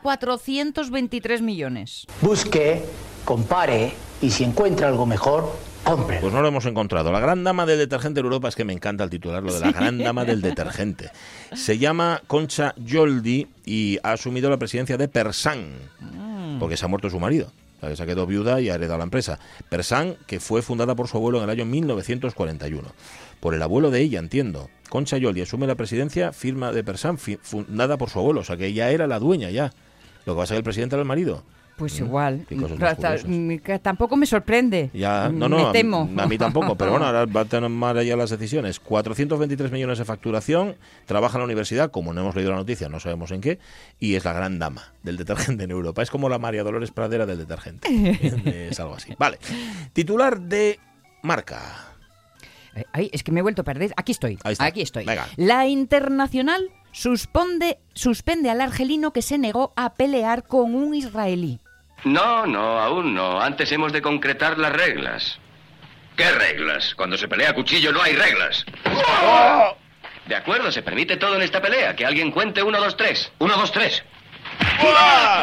Speaker 2: 423 millones.
Speaker 10: Busque, compare y si encuentra algo mejor, compre.
Speaker 1: Pues no lo hemos encontrado. La gran dama del detergente en Europa es que me encanta el titular, lo de la gran dama del detergente. Se llama Concha Yoldi y ha asumido la presidencia de Persan, porque se ha muerto su marido. O sea, que se quedó viuda y ha heredado la empresa. Persan, que fue fundada por su abuelo en el año 1941. Por el abuelo de ella, entiendo. Concha Yoldi asume la presidencia firma de Persan, fi- fundada por su abuelo. O sea, que ella era la dueña ya. Lo que pasa es que el presidente era el marido.
Speaker 2: Pues igual.
Speaker 1: Mm, Y cosas más
Speaker 2: Rata-
Speaker 1: curiosas.
Speaker 2: que tampoco me sorprende. Mm,
Speaker 1: Ya, no, no,
Speaker 2: me
Speaker 1: a-
Speaker 2: temo.
Speaker 1: A, mí tampoco, pero bueno, ahora va a tomar ya las decisiones. 423 millones de facturación, trabaja en la universidad, como no hemos leído la noticia, no sabemos en qué, y es la gran dama del detergente en Europa. Es como la María Dolores Pradera del detergente. es algo así. Vale. Titular de marca.
Speaker 2: Eh, Ay, es que me he vuelto a perder. Aquí estoy.
Speaker 1: Ahí está.
Speaker 2: Aquí estoy.
Speaker 1: Venga.
Speaker 2: La internacional suspende, suspende al argelino que se negó a pelear con un israelí.
Speaker 11: No, no, aún no. Antes hemos de concretar las reglas. ¿Qué reglas? Cuando se pelea a cuchillo no hay reglas.
Speaker 12: ¡Oh!
Speaker 11: De acuerdo, se permite todo en esta pelea. Que alguien cuente uno, dos, tres. Uno, dos, tres.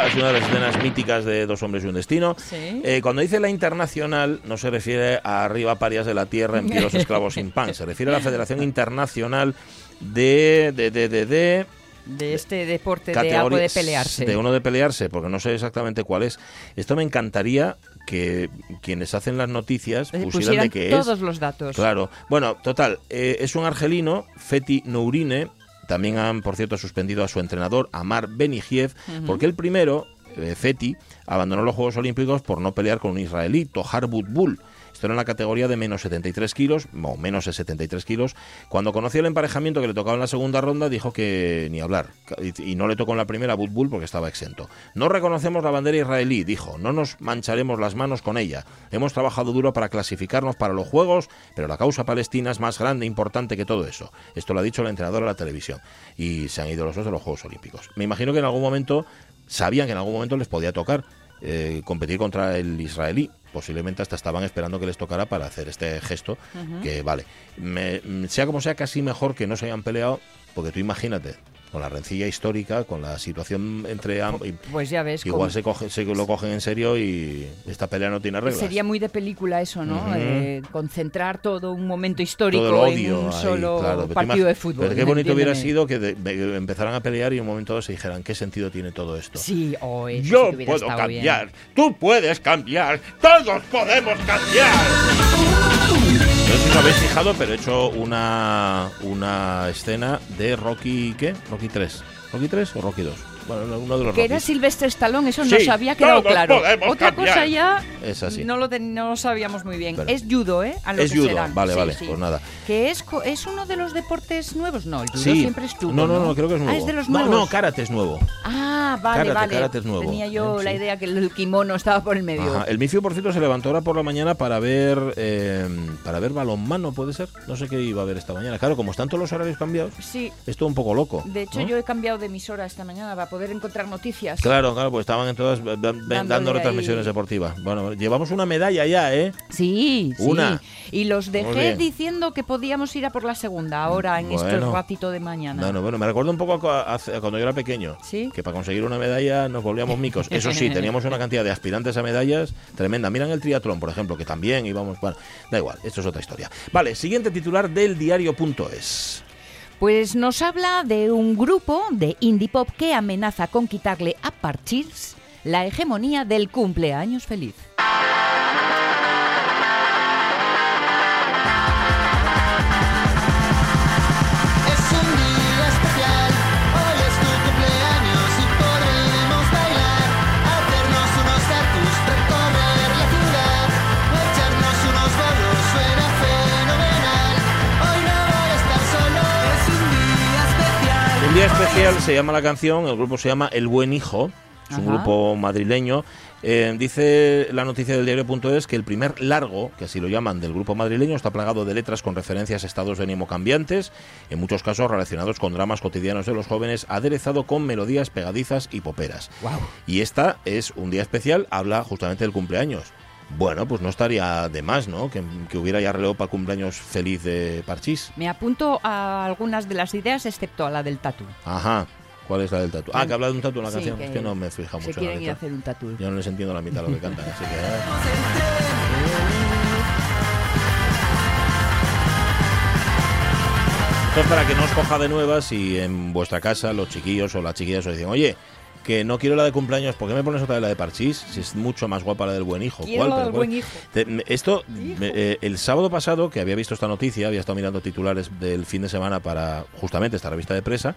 Speaker 1: Es una de las escenas míticas de Dos hombres y un destino. Eh, cuando dice la internacional, no se refiere a arriba parias de la tierra en pie los esclavos sin pan. Se refiere a la Federación Internacional de- de, de, de, de
Speaker 2: De este deporte de
Speaker 1: categorías
Speaker 2: algo de pelearse.
Speaker 1: de uno de pelearse, porque no sé exactamente cuál es. Esto me encantaría que quienes hacen las noticias
Speaker 2: Eh,
Speaker 1: pusieran,
Speaker 2: pusieran
Speaker 1: de qué es.
Speaker 2: todos los datos.
Speaker 1: Claro. Bueno, total, eh, es un argelino, Feti Nourine. También han, por cierto, suspendido a su entrenador, Amar Benigiev,
Speaker 13: Ujú.
Speaker 1: porque el primero, eh, Feti, abandonó los Juegos Olímpicos por no pelear con un israelí, Tohar Butbul. Esto era en la categoría de menos 73 kilos, o menos de 73 kilos. Cuando conoció el emparejamiento que le tocaba en la segunda ronda, dijo que ni hablar. Y- Y no le tocó en la primera a Butbul porque estaba exento. No reconocemos la bandera israelí, dijo. No nos mancharemos las manos con ella. Hemos trabajado duro para clasificarnos para los Juegos, pero la causa palestina es más grande e importante que todo eso. Esto lo ha dicho el entrenador a la televisión. Y se han ido los dos de los Juegos Olímpicos. Me imagino que en algún momento sabían que en algún momento les podía tocar eh, competir contra el israelí. Posiblemente hasta estaban esperando que les tocara para hacer este gesto.
Speaker 13: Ujú.
Speaker 1: Que vale, Me- mm, sea como sea, casi mejor que no se hayan peleado, porque tú imagínate, con la rencilla histórica, con la situación entre ambos. y-
Speaker 2: Pues ya ves.
Speaker 1: Igual
Speaker 2: cómo-
Speaker 1: se, coge- se lo cogen en serio y esta pelea no tiene reglas.
Speaker 2: Sería muy de película eso, ¿no?
Speaker 1: Ujú.
Speaker 2: Eh, concentrar todo un momento histórico
Speaker 1: Todo el odio
Speaker 2: en un
Speaker 1: ahí,
Speaker 2: solo
Speaker 1: claro, pero tú
Speaker 2: partido de
Speaker 1: imag-
Speaker 2: fútbol.
Speaker 1: Pero qué bonito hubiera
Speaker 2: entiéndeme.
Speaker 1: sido que de- de- empezaran a pelear y en un momento dado se dijeran, ¿qué sentido tiene todo esto?
Speaker 2: Sí, o eso
Speaker 1: Yo
Speaker 2: sí que hubiera
Speaker 1: puedo
Speaker 2: estado bien.
Speaker 1: cambiar, tú puedes cambiar, todos podemos cambiar. No sé si os habéis fijado, pero he hecho una, una escena de Rocky, ¿qué? Rocky 3. ¿Rocky 3 o Rocky 2? Bueno, uno de los
Speaker 2: Que era
Speaker 1: Rockys.
Speaker 2: Silvestre Stallone, eso
Speaker 1: Sí,
Speaker 2: nos había quedado
Speaker 1: todos
Speaker 2: claro.
Speaker 1: podemos
Speaker 2: Otra
Speaker 1: cambiar.
Speaker 2: cosa ya
Speaker 1: Es así.
Speaker 2: no lo ten- no lo sabíamos muy bien.
Speaker 1: Pero-
Speaker 2: es judo, ¿eh? A lo
Speaker 1: Es
Speaker 2: que
Speaker 1: judo,
Speaker 2: serán.
Speaker 1: vale,
Speaker 2: Sí,
Speaker 1: vale,
Speaker 2: sí.
Speaker 1: pues nada.
Speaker 2: Que es, co- es uno de los deportes nuevos. No, el judo
Speaker 1: Sí.
Speaker 2: siempre estuvo.
Speaker 1: no, no, no, creo que es nuevo.
Speaker 2: Ah, es de los
Speaker 1: no,
Speaker 2: nuevos.
Speaker 1: no, karate es nuevo.
Speaker 2: Ah, vale,
Speaker 1: Karate,
Speaker 2: vale.
Speaker 1: karate es nuevo.
Speaker 2: Tenía yo
Speaker 1: Eh,
Speaker 2: la
Speaker 1: sí.
Speaker 2: idea que el kimono estaba por el medio.
Speaker 1: Ajá. El Mifio, por cierto, se levantó ahora por la mañana para ver eh, para ver balonmano, ¿puede ser? No sé qué iba a ver esta mañana. Claro, como están todos los horarios cambiados,
Speaker 2: Sí.
Speaker 1: es todo un poco loco.
Speaker 2: De hecho,
Speaker 1: ¿no?
Speaker 2: yo he cambiado de emisora esta mañana para poder encontrar noticias.
Speaker 1: Claro, claro, pues estaban en todas eh, dan-
Speaker 2: Dándole
Speaker 1: dando
Speaker 2: ahí.
Speaker 1: retransmisiones deportivas. Bueno, llevamos una medalla ya, ¿eh?
Speaker 2: Sí, sí.
Speaker 1: Una.
Speaker 2: Y los
Speaker 1: Muy
Speaker 2: dejé
Speaker 1: bien.
Speaker 2: diciendo que podíamos ir a por la segunda ahora en este
Speaker 1: Bueno.
Speaker 2: ratito de mañana.
Speaker 1: Bueno, bueno, me recuerdo un poco a, a- a cuando yo era pequeño,
Speaker 2: Sí.
Speaker 1: que para conseguir una medalla nos volvíamos micos. Eso sí, teníamos una cantidad de aspirantes a medallas tremenda. Miran el triatlón, por ejemplo, que también íbamos... Bueno, da igual, esto es otra historia. Vale, siguiente titular del diario.es.
Speaker 2: Pues nos habla de un grupo de indie pop que amenaza con quitarle a Parchís la hegemonía del cumpleaños feliz.
Speaker 12: Es un día especial, hoy es tu cumpleaños y podremos bailar, hacernos unos tatus, recorrer la ciudad, echarnos unos bolos, suena fenomenal, hoy no voy a estar solo, es un día especial.
Speaker 1: Un día especial se llama la canción, el grupo se llama El Buen Hijo, es un
Speaker 12: Ajá.
Speaker 1: grupo madrileño. Eh, dice la noticia del diario.es que el primer largo, que así lo llaman, del grupo madrileño está plagado de letras con referencias a estados de ánimo cambiantes, en muchos casos relacionados con dramas cotidianos de los jóvenes, aderezado con melodías pegadizas y poperas. Y esta es un día especial, habla justamente del cumpleaños. Bueno, pues no estaría de más, ¿no? Que, que hubiera ya relevo para cumpleaños feliz de Parchís.
Speaker 2: Me apunto a algunas de las ideas, excepto a la del tatu.
Speaker 1: Ajá. ¿Cuál es la del tatu? Ah, que habla de un tatu en la
Speaker 2: Sí,
Speaker 1: canción.
Speaker 2: que
Speaker 1: Es que no me fija mucho.
Speaker 2: Se
Speaker 1: en la
Speaker 2: quieren ir a
Speaker 1: letra.
Speaker 2: hacer un tatu.
Speaker 1: Yo no les entiendo la mitad de lo que cantan, así que. ah. Esto es para que no os coja de nuevas y en vuestra casa los chiquillos o las chiquillas os dicen, oye, que no quiero la de cumpleaños, ¿por qué me pones otra vez la de Parchís? Si es mucho más guapa la del buen hijo.
Speaker 13: Quiero la del
Speaker 1: cuál?
Speaker 13: buen hijo.
Speaker 1: Te- me- Esto, me- eh, el sábado pasado, que había visto esta noticia, había estado mirando titulares del fin de semana para justamente esta revista de presa,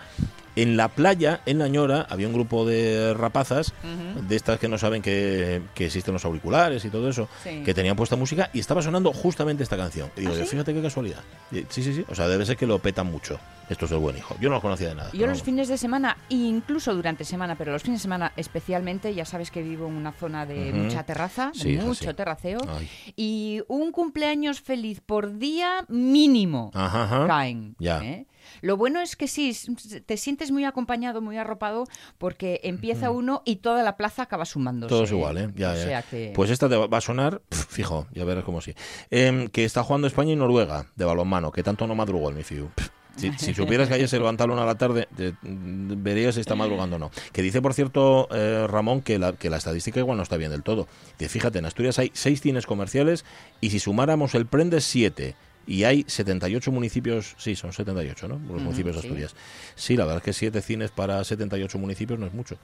Speaker 1: en la playa, en La Ñora, había un grupo de rapazas,
Speaker 12: Ujú.
Speaker 1: de estas que no saben que, que existen los auriculares y todo eso,
Speaker 12: Sí.
Speaker 1: que tenían puesta música y estaba sonando justamente esta canción.
Speaker 2: ¿Ah,
Speaker 1: Y digo, yo, fíjate qué casualidad. Y- Sí, sí, sí. O sea, debe ser que lo petan mucho. Esto es el buen hijo. Yo no los conocía de nada.
Speaker 2: Yo
Speaker 1: pero
Speaker 2: los
Speaker 1: vamos.
Speaker 2: fines de semana, incluso durante semana, pero los fines de semana especialmente, ya sabes que vivo en una zona de
Speaker 1: Ujú.
Speaker 2: mucha terraza, de
Speaker 1: Sí, es así.
Speaker 2: mucho terraceo,
Speaker 1: Ay.
Speaker 2: y un cumpleaños feliz por día mínimo
Speaker 1: Ajá, ajá.
Speaker 2: caen.
Speaker 1: Ah, Ya.
Speaker 2: ¿eh? Lo bueno es que sí, s- s- te sientes muy acompañado, muy arropado, porque empieza uno y toda la plaza acaba sumándose.
Speaker 1: Todos igual, ¿eh? Ya,
Speaker 2: o
Speaker 1: ya.
Speaker 2: sea que...
Speaker 1: Pues esta te va va a sonar, pf, fijo, ya verás cómo sí. Em, que está jugando España y Noruega de balonmano, que tanto no madrugó el Mifiu. Pf, Si, si supieras que ayer se levantaron a la tarde, te- mm, verías si está madrugando o no. Que dice, por cierto, eh, Ramón, que la, que la estadística igual no está bien del todo. Que fíjate, en Asturias hay seis cines comerciales y si sumáramos el Prende, siete. Y hay 78 municipios, sí, son 78, ¿no? Los
Speaker 12: Ujú,
Speaker 1: municipios de
Speaker 12: sí.
Speaker 1: Asturias. Sí, la verdad es que siete cines para 78 municipios no es mucho.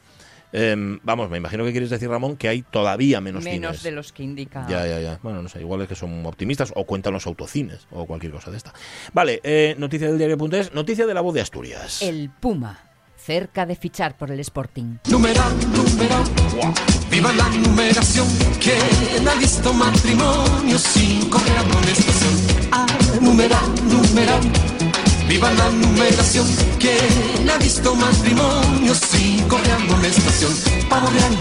Speaker 1: Em, vamos, me imagino que quieres decir, Ramón, que hay todavía menos,
Speaker 2: menos
Speaker 1: cines.
Speaker 2: de los que indica.
Speaker 1: Ya, ya, ya. Bueno, no sé, igual es que son optimistas o cuentan los autocines o cualquier cosa de esta. Vale, eh, noticia del diario.es, noticia de la voz de Asturias.
Speaker 2: El Puma, cerca de fichar por el Sporting.
Speaker 12: Numeral, número, viva la numeración que ha visto matrimonio sin correr a una estación. Ah, numeral, numeral, viva la numeración que ha visto matrimonio sin correr a una estación. Pavo real,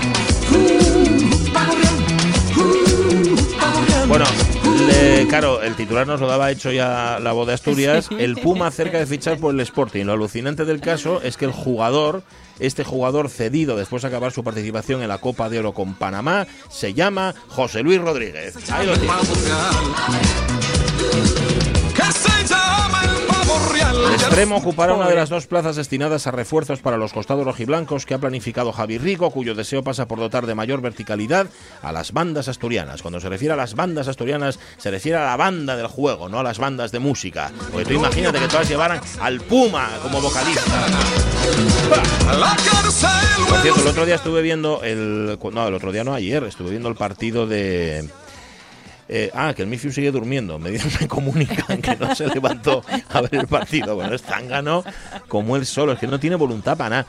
Speaker 12: uh, pavo real, uh, pavo real.
Speaker 1: Bueno, le- claro, el titular nos lo daba hecho ya la voz de Asturias.
Speaker 12: Sí.
Speaker 1: El Puma cerca de fichar por el Sporting. Lo alucinante del caso es que el jugador, este jugador cedido después de acabar su participación en la Copa de Oro con Panamá, se llama José Luis Rodríguez. Ahí lo tienes.
Speaker 12: que se llama el pavo real.
Speaker 1: El extremo ocupará una de las dos plazas destinadas a refuerzos para los costados rojiblancos que ha planificado Javi Rico, cuyo deseo pasa por dotar de mayor verticalidad a las bandas asturianas. Cuando se refiere a las bandas asturianas, se refiere a la banda del juego, no a las bandas de música. Porque tú imagínate que todas llevaran al Puma como vocalista. Por cierto, el otro día estuve viendo el... No, el otro día no, ayer. Estuve viendo el partido de... eh, ah, que el Mifiu sigue durmiendo. Me, dicen- me comunican que no se levantó a ver el partido. Bueno, es zángano como él solo. Es que no tiene voluntad para nada.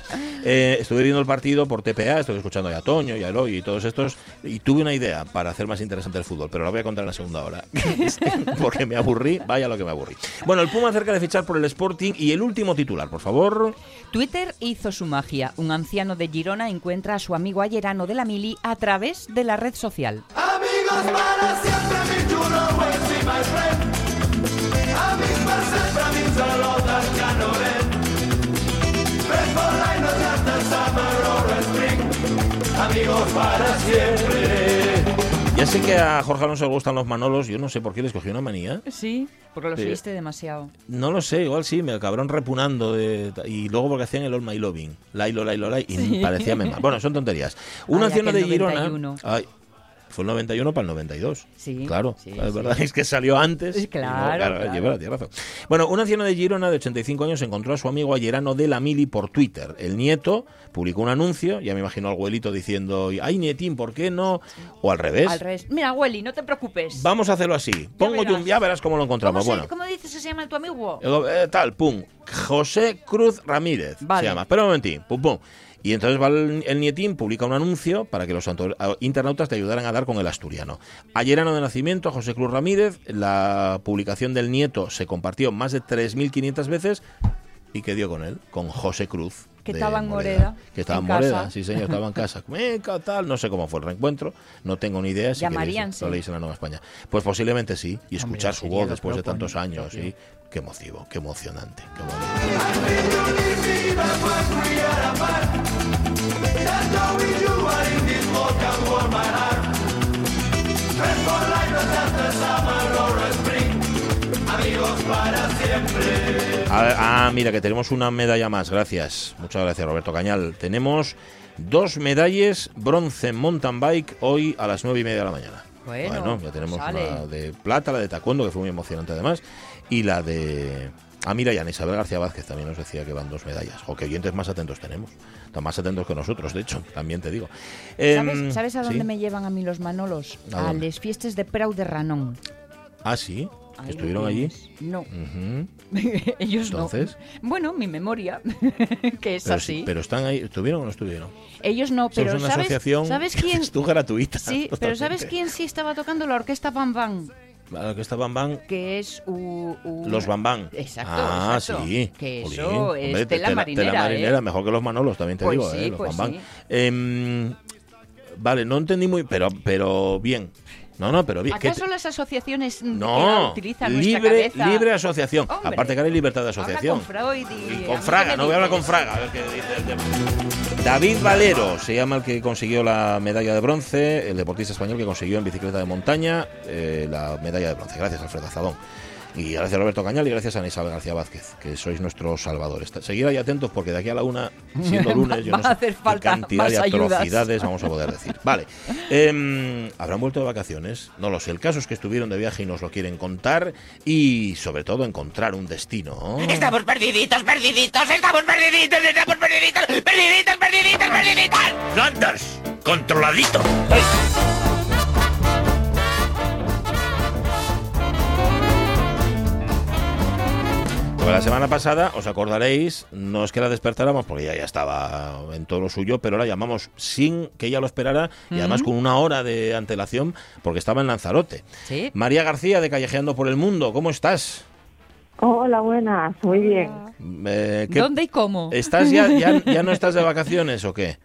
Speaker 1: Eh, estuve viendo el partido por TPA. Estoy escuchando a Toño y a Eloy y todos estos. Y tuve una idea para hacer más interesante el fútbol. Pero la voy a contar en la segunda hora. Porque me aburrí. Vaya lo que me aburrí. Bueno, el Puma cerca de fichar por el Sporting. Y el último titular, por favor.
Speaker 2: Twitter hizo su magia. Un anciano de Girona encuentra a su amigo ayerano de la Mili a través de la red social.
Speaker 12: Amigos para siempre, mi chulo güey, sí, my friend. Amigos para siempre, mi solo that can no end. Friends for life, no just the summer or the spring. Amigos para siempre.
Speaker 1: Ya sé que a Jorge Alonso le gustan los manolos. Yo no sé por qué les cogió una manía.
Speaker 2: Sí, porque lo
Speaker 1: Sí.
Speaker 2: seguiste demasiado.
Speaker 1: No lo sé, igual sí, me acabaron repunando. de- y luego porque hacían el All My Loving. Lailo, Lailo, Lailo. Y
Speaker 2: Sí.
Speaker 1: parecía memal. Bueno, son tonterías. Un
Speaker 2: Ay,
Speaker 1: anciano de
Speaker 2: aquel
Speaker 1: Girona.
Speaker 2: 91.
Speaker 1: Ay, fue el 91 para el 92.
Speaker 2: Sí,
Speaker 1: Claro,
Speaker 2: sí,
Speaker 1: la
Speaker 2: sí.
Speaker 1: verdad es que salió antes.
Speaker 2: Sí, claro,
Speaker 1: Y
Speaker 2: claro.
Speaker 1: lleva- tiene razón. Bueno, un anciano de Girona de 85 años encontró a su amigo Ayerano de la Mili por Twitter. El nieto publicó un anuncio, ya me imagino al abuelito diciendo, ay, nietín, ¿por qué no? O al revés.
Speaker 2: Al revés. Mira, Welly, no te preocupes.
Speaker 1: Vamos a hacerlo así. Pongo yo un, ya verás cómo lo
Speaker 2: ¿Cómo,
Speaker 1: encontramos.
Speaker 2: se-
Speaker 1: bueno.
Speaker 2: cómo dices que se llama tu amigo?
Speaker 1: Y luego, eh, tal, pum. José Cruz Ramírez
Speaker 2: Vale.
Speaker 1: se llama. Espera un momentín, pum, pum. Y entonces va el, el nietín, publica un anuncio para que los anto- a- internautas te ayudaran a dar con el asturiano. Ayerano de nacimiento, José Cruz Ramírez, la publicación del nieto se compartió más de 3.500 veces y que dio con él, con José Cruz.
Speaker 2: Que
Speaker 1: de
Speaker 2: estaba en Moreda,
Speaker 1: Que estaba en
Speaker 2: en
Speaker 1: Moreda,
Speaker 2: casa.
Speaker 1: sí señor, estaba en casa. Meca, tal, no sé cómo fue el reencuentro, no tengo ni idea. Si
Speaker 2: Llamarían,
Speaker 1: queréis,
Speaker 2: sí.
Speaker 1: Lo leéis en la Nueva España. Pues posiblemente sí, y escuchar su
Speaker 12: sería
Speaker 1: voz
Speaker 12: lo
Speaker 1: después de
Speaker 12: propio,
Speaker 1: tantos
Speaker 12: lo
Speaker 1: años,
Speaker 12: propio.
Speaker 1: sí. Qué emotivo, qué emocionante. qué emocionante. Ah, ah, mira, que tenemos una medalla más. Gracias. Muchas gracias, Roberto Cañal. Tenemos dos medallas bronce en mountain bike hoy a las nueve y media de la mañana.
Speaker 2: Bueno,
Speaker 1: ya tenemos
Speaker 2: sale.
Speaker 1: la de plata, la de taekwondo, que fue muy emocionante además, y la de Ah, mira, y Ana Isabel García Vázquez también nos decía que van dos medallas. O que oyentes más atentos tenemos. Tan Más atentos que nosotros, de hecho, también te digo. Em,
Speaker 2: ¿Sabes, sabes a
Speaker 1: ¿sí?
Speaker 2: dónde me llevan a mí los Manolos?
Speaker 1: ¿A
Speaker 2: A,
Speaker 1: dónde?
Speaker 2: las fiestas de Prau de Ranón.
Speaker 1: Ah, sí.
Speaker 2: Ahí
Speaker 1: que
Speaker 2: lo
Speaker 1: estuvieron allí.
Speaker 2: No.
Speaker 1: Ujú.
Speaker 2: Ellos
Speaker 1: Entonces,
Speaker 2: no. Bueno, mi memoria, que es
Speaker 1: pero, sí-
Speaker 2: así.
Speaker 1: pero están ahí, ¿estuvieron o no estuvieron?
Speaker 2: Ellos no,
Speaker 1: Somos
Speaker 2: ¿Ah, pero
Speaker 1: una
Speaker 2: ¿sabes,
Speaker 1: asociación
Speaker 2: ¿sabes quién?
Speaker 1: tú gratuita.
Speaker 2: Sí, pero ¿sabes quién sí estaba tocando? La orquesta Bam Bam,
Speaker 1: La orquesta Bam Bam,
Speaker 2: que es u- u-
Speaker 1: los Bam Bam.
Speaker 2: Exacto,
Speaker 1: Ah,
Speaker 2: exacto.
Speaker 1: sí.
Speaker 2: Que
Speaker 1: Jolín,
Speaker 2: eso es
Speaker 1: hombre, te-
Speaker 2: tela
Speaker 1: tela-
Speaker 2: marinera,
Speaker 1: tela
Speaker 2: ¿eh?
Speaker 1: marinera, mejor que los Manolos, también te
Speaker 2: Pues
Speaker 1: digo,
Speaker 2: sí,
Speaker 1: ¿eh? los
Speaker 2: pues
Speaker 1: Bam Bam.
Speaker 2: sí.
Speaker 1: Em, vale, no entendí muy, pero, pero bien. No, no, pero bien. ¿Qué te-
Speaker 2: ¿Acaso las asociaciones mm, que la
Speaker 1: No,
Speaker 2: utilizan
Speaker 1: libre,
Speaker 2: nuestra cabeza?
Speaker 1: libre asociación.
Speaker 2: Hombre.
Speaker 1: Aparte que ahora hay libertad de
Speaker 2: Habla
Speaker 1: asociación.
Speaker 2: con Freud y...
Speaker 1: Y
Speaker 2: a mí
Speaker 1: con
Speaker 2: qué
Speaker 1: Fraga,
Speaker 2: me
Speaker 1: no voy a hablar con
Speaker 2: dices.
Speaker 1: Fraga, a ver qué dice el de- David Valero se llama el que consiguió la medalla de bronce, el deportista español que consiguió en bicicleta de montaña eh, la medalla de bronce. Gracias, Alfredo Azadón. Y gracias, Roberto Cañal, y gracias a Ana Isabel García Vázquez, que sois nuestros salvadores. Ta- Seguid ahí atentos porque de aquí a la una, siendo lunes, yo no
Speaker 2: Va a
Speaker 1: sé
Speaker 2: hacer
Speaker 1: qué
Speaker 2: falta
Speaker 1: cantidad de
Speaker 2: más ayudas.
Speaker 1: atrocidades vamos a poder decir. Vale. Em, ¿Habrán vuelto de vacaciones? No lo sé. El caso es que estuvieron de viaje y nos lo quieren contar y, sobre todo, encontrar un destino.
Speaker 14: Estamos perdiditos, perdiditos, estamos perdiditos, estamos perdiditos, perdiditos, perdiditos, perdiditos.
Speaker 1: Flanders, controladito. Porque Pues la semana pasada, os acordaréis, no es que la despertáramos porque ella ya estaba en todo lo suyo, pero la llamamos sin que ella lo esperara y además
Speaker 2: Ujú.
Speaker 1: con una hora de antelación porque estaba en Lanzarote.
Speaker 2: Sí.
Speaker 1: María García de Callejeando por el Mundo, ¿cómo estás?
Speaker 5: Hola, buenas, muy bien.
Speaker 1: Eh, ¿qué-
Speaker 2: ¿Dónde y cómo?
Speaker 1: ¿Estás ya, ya, ya no estás de vacaciones o qué?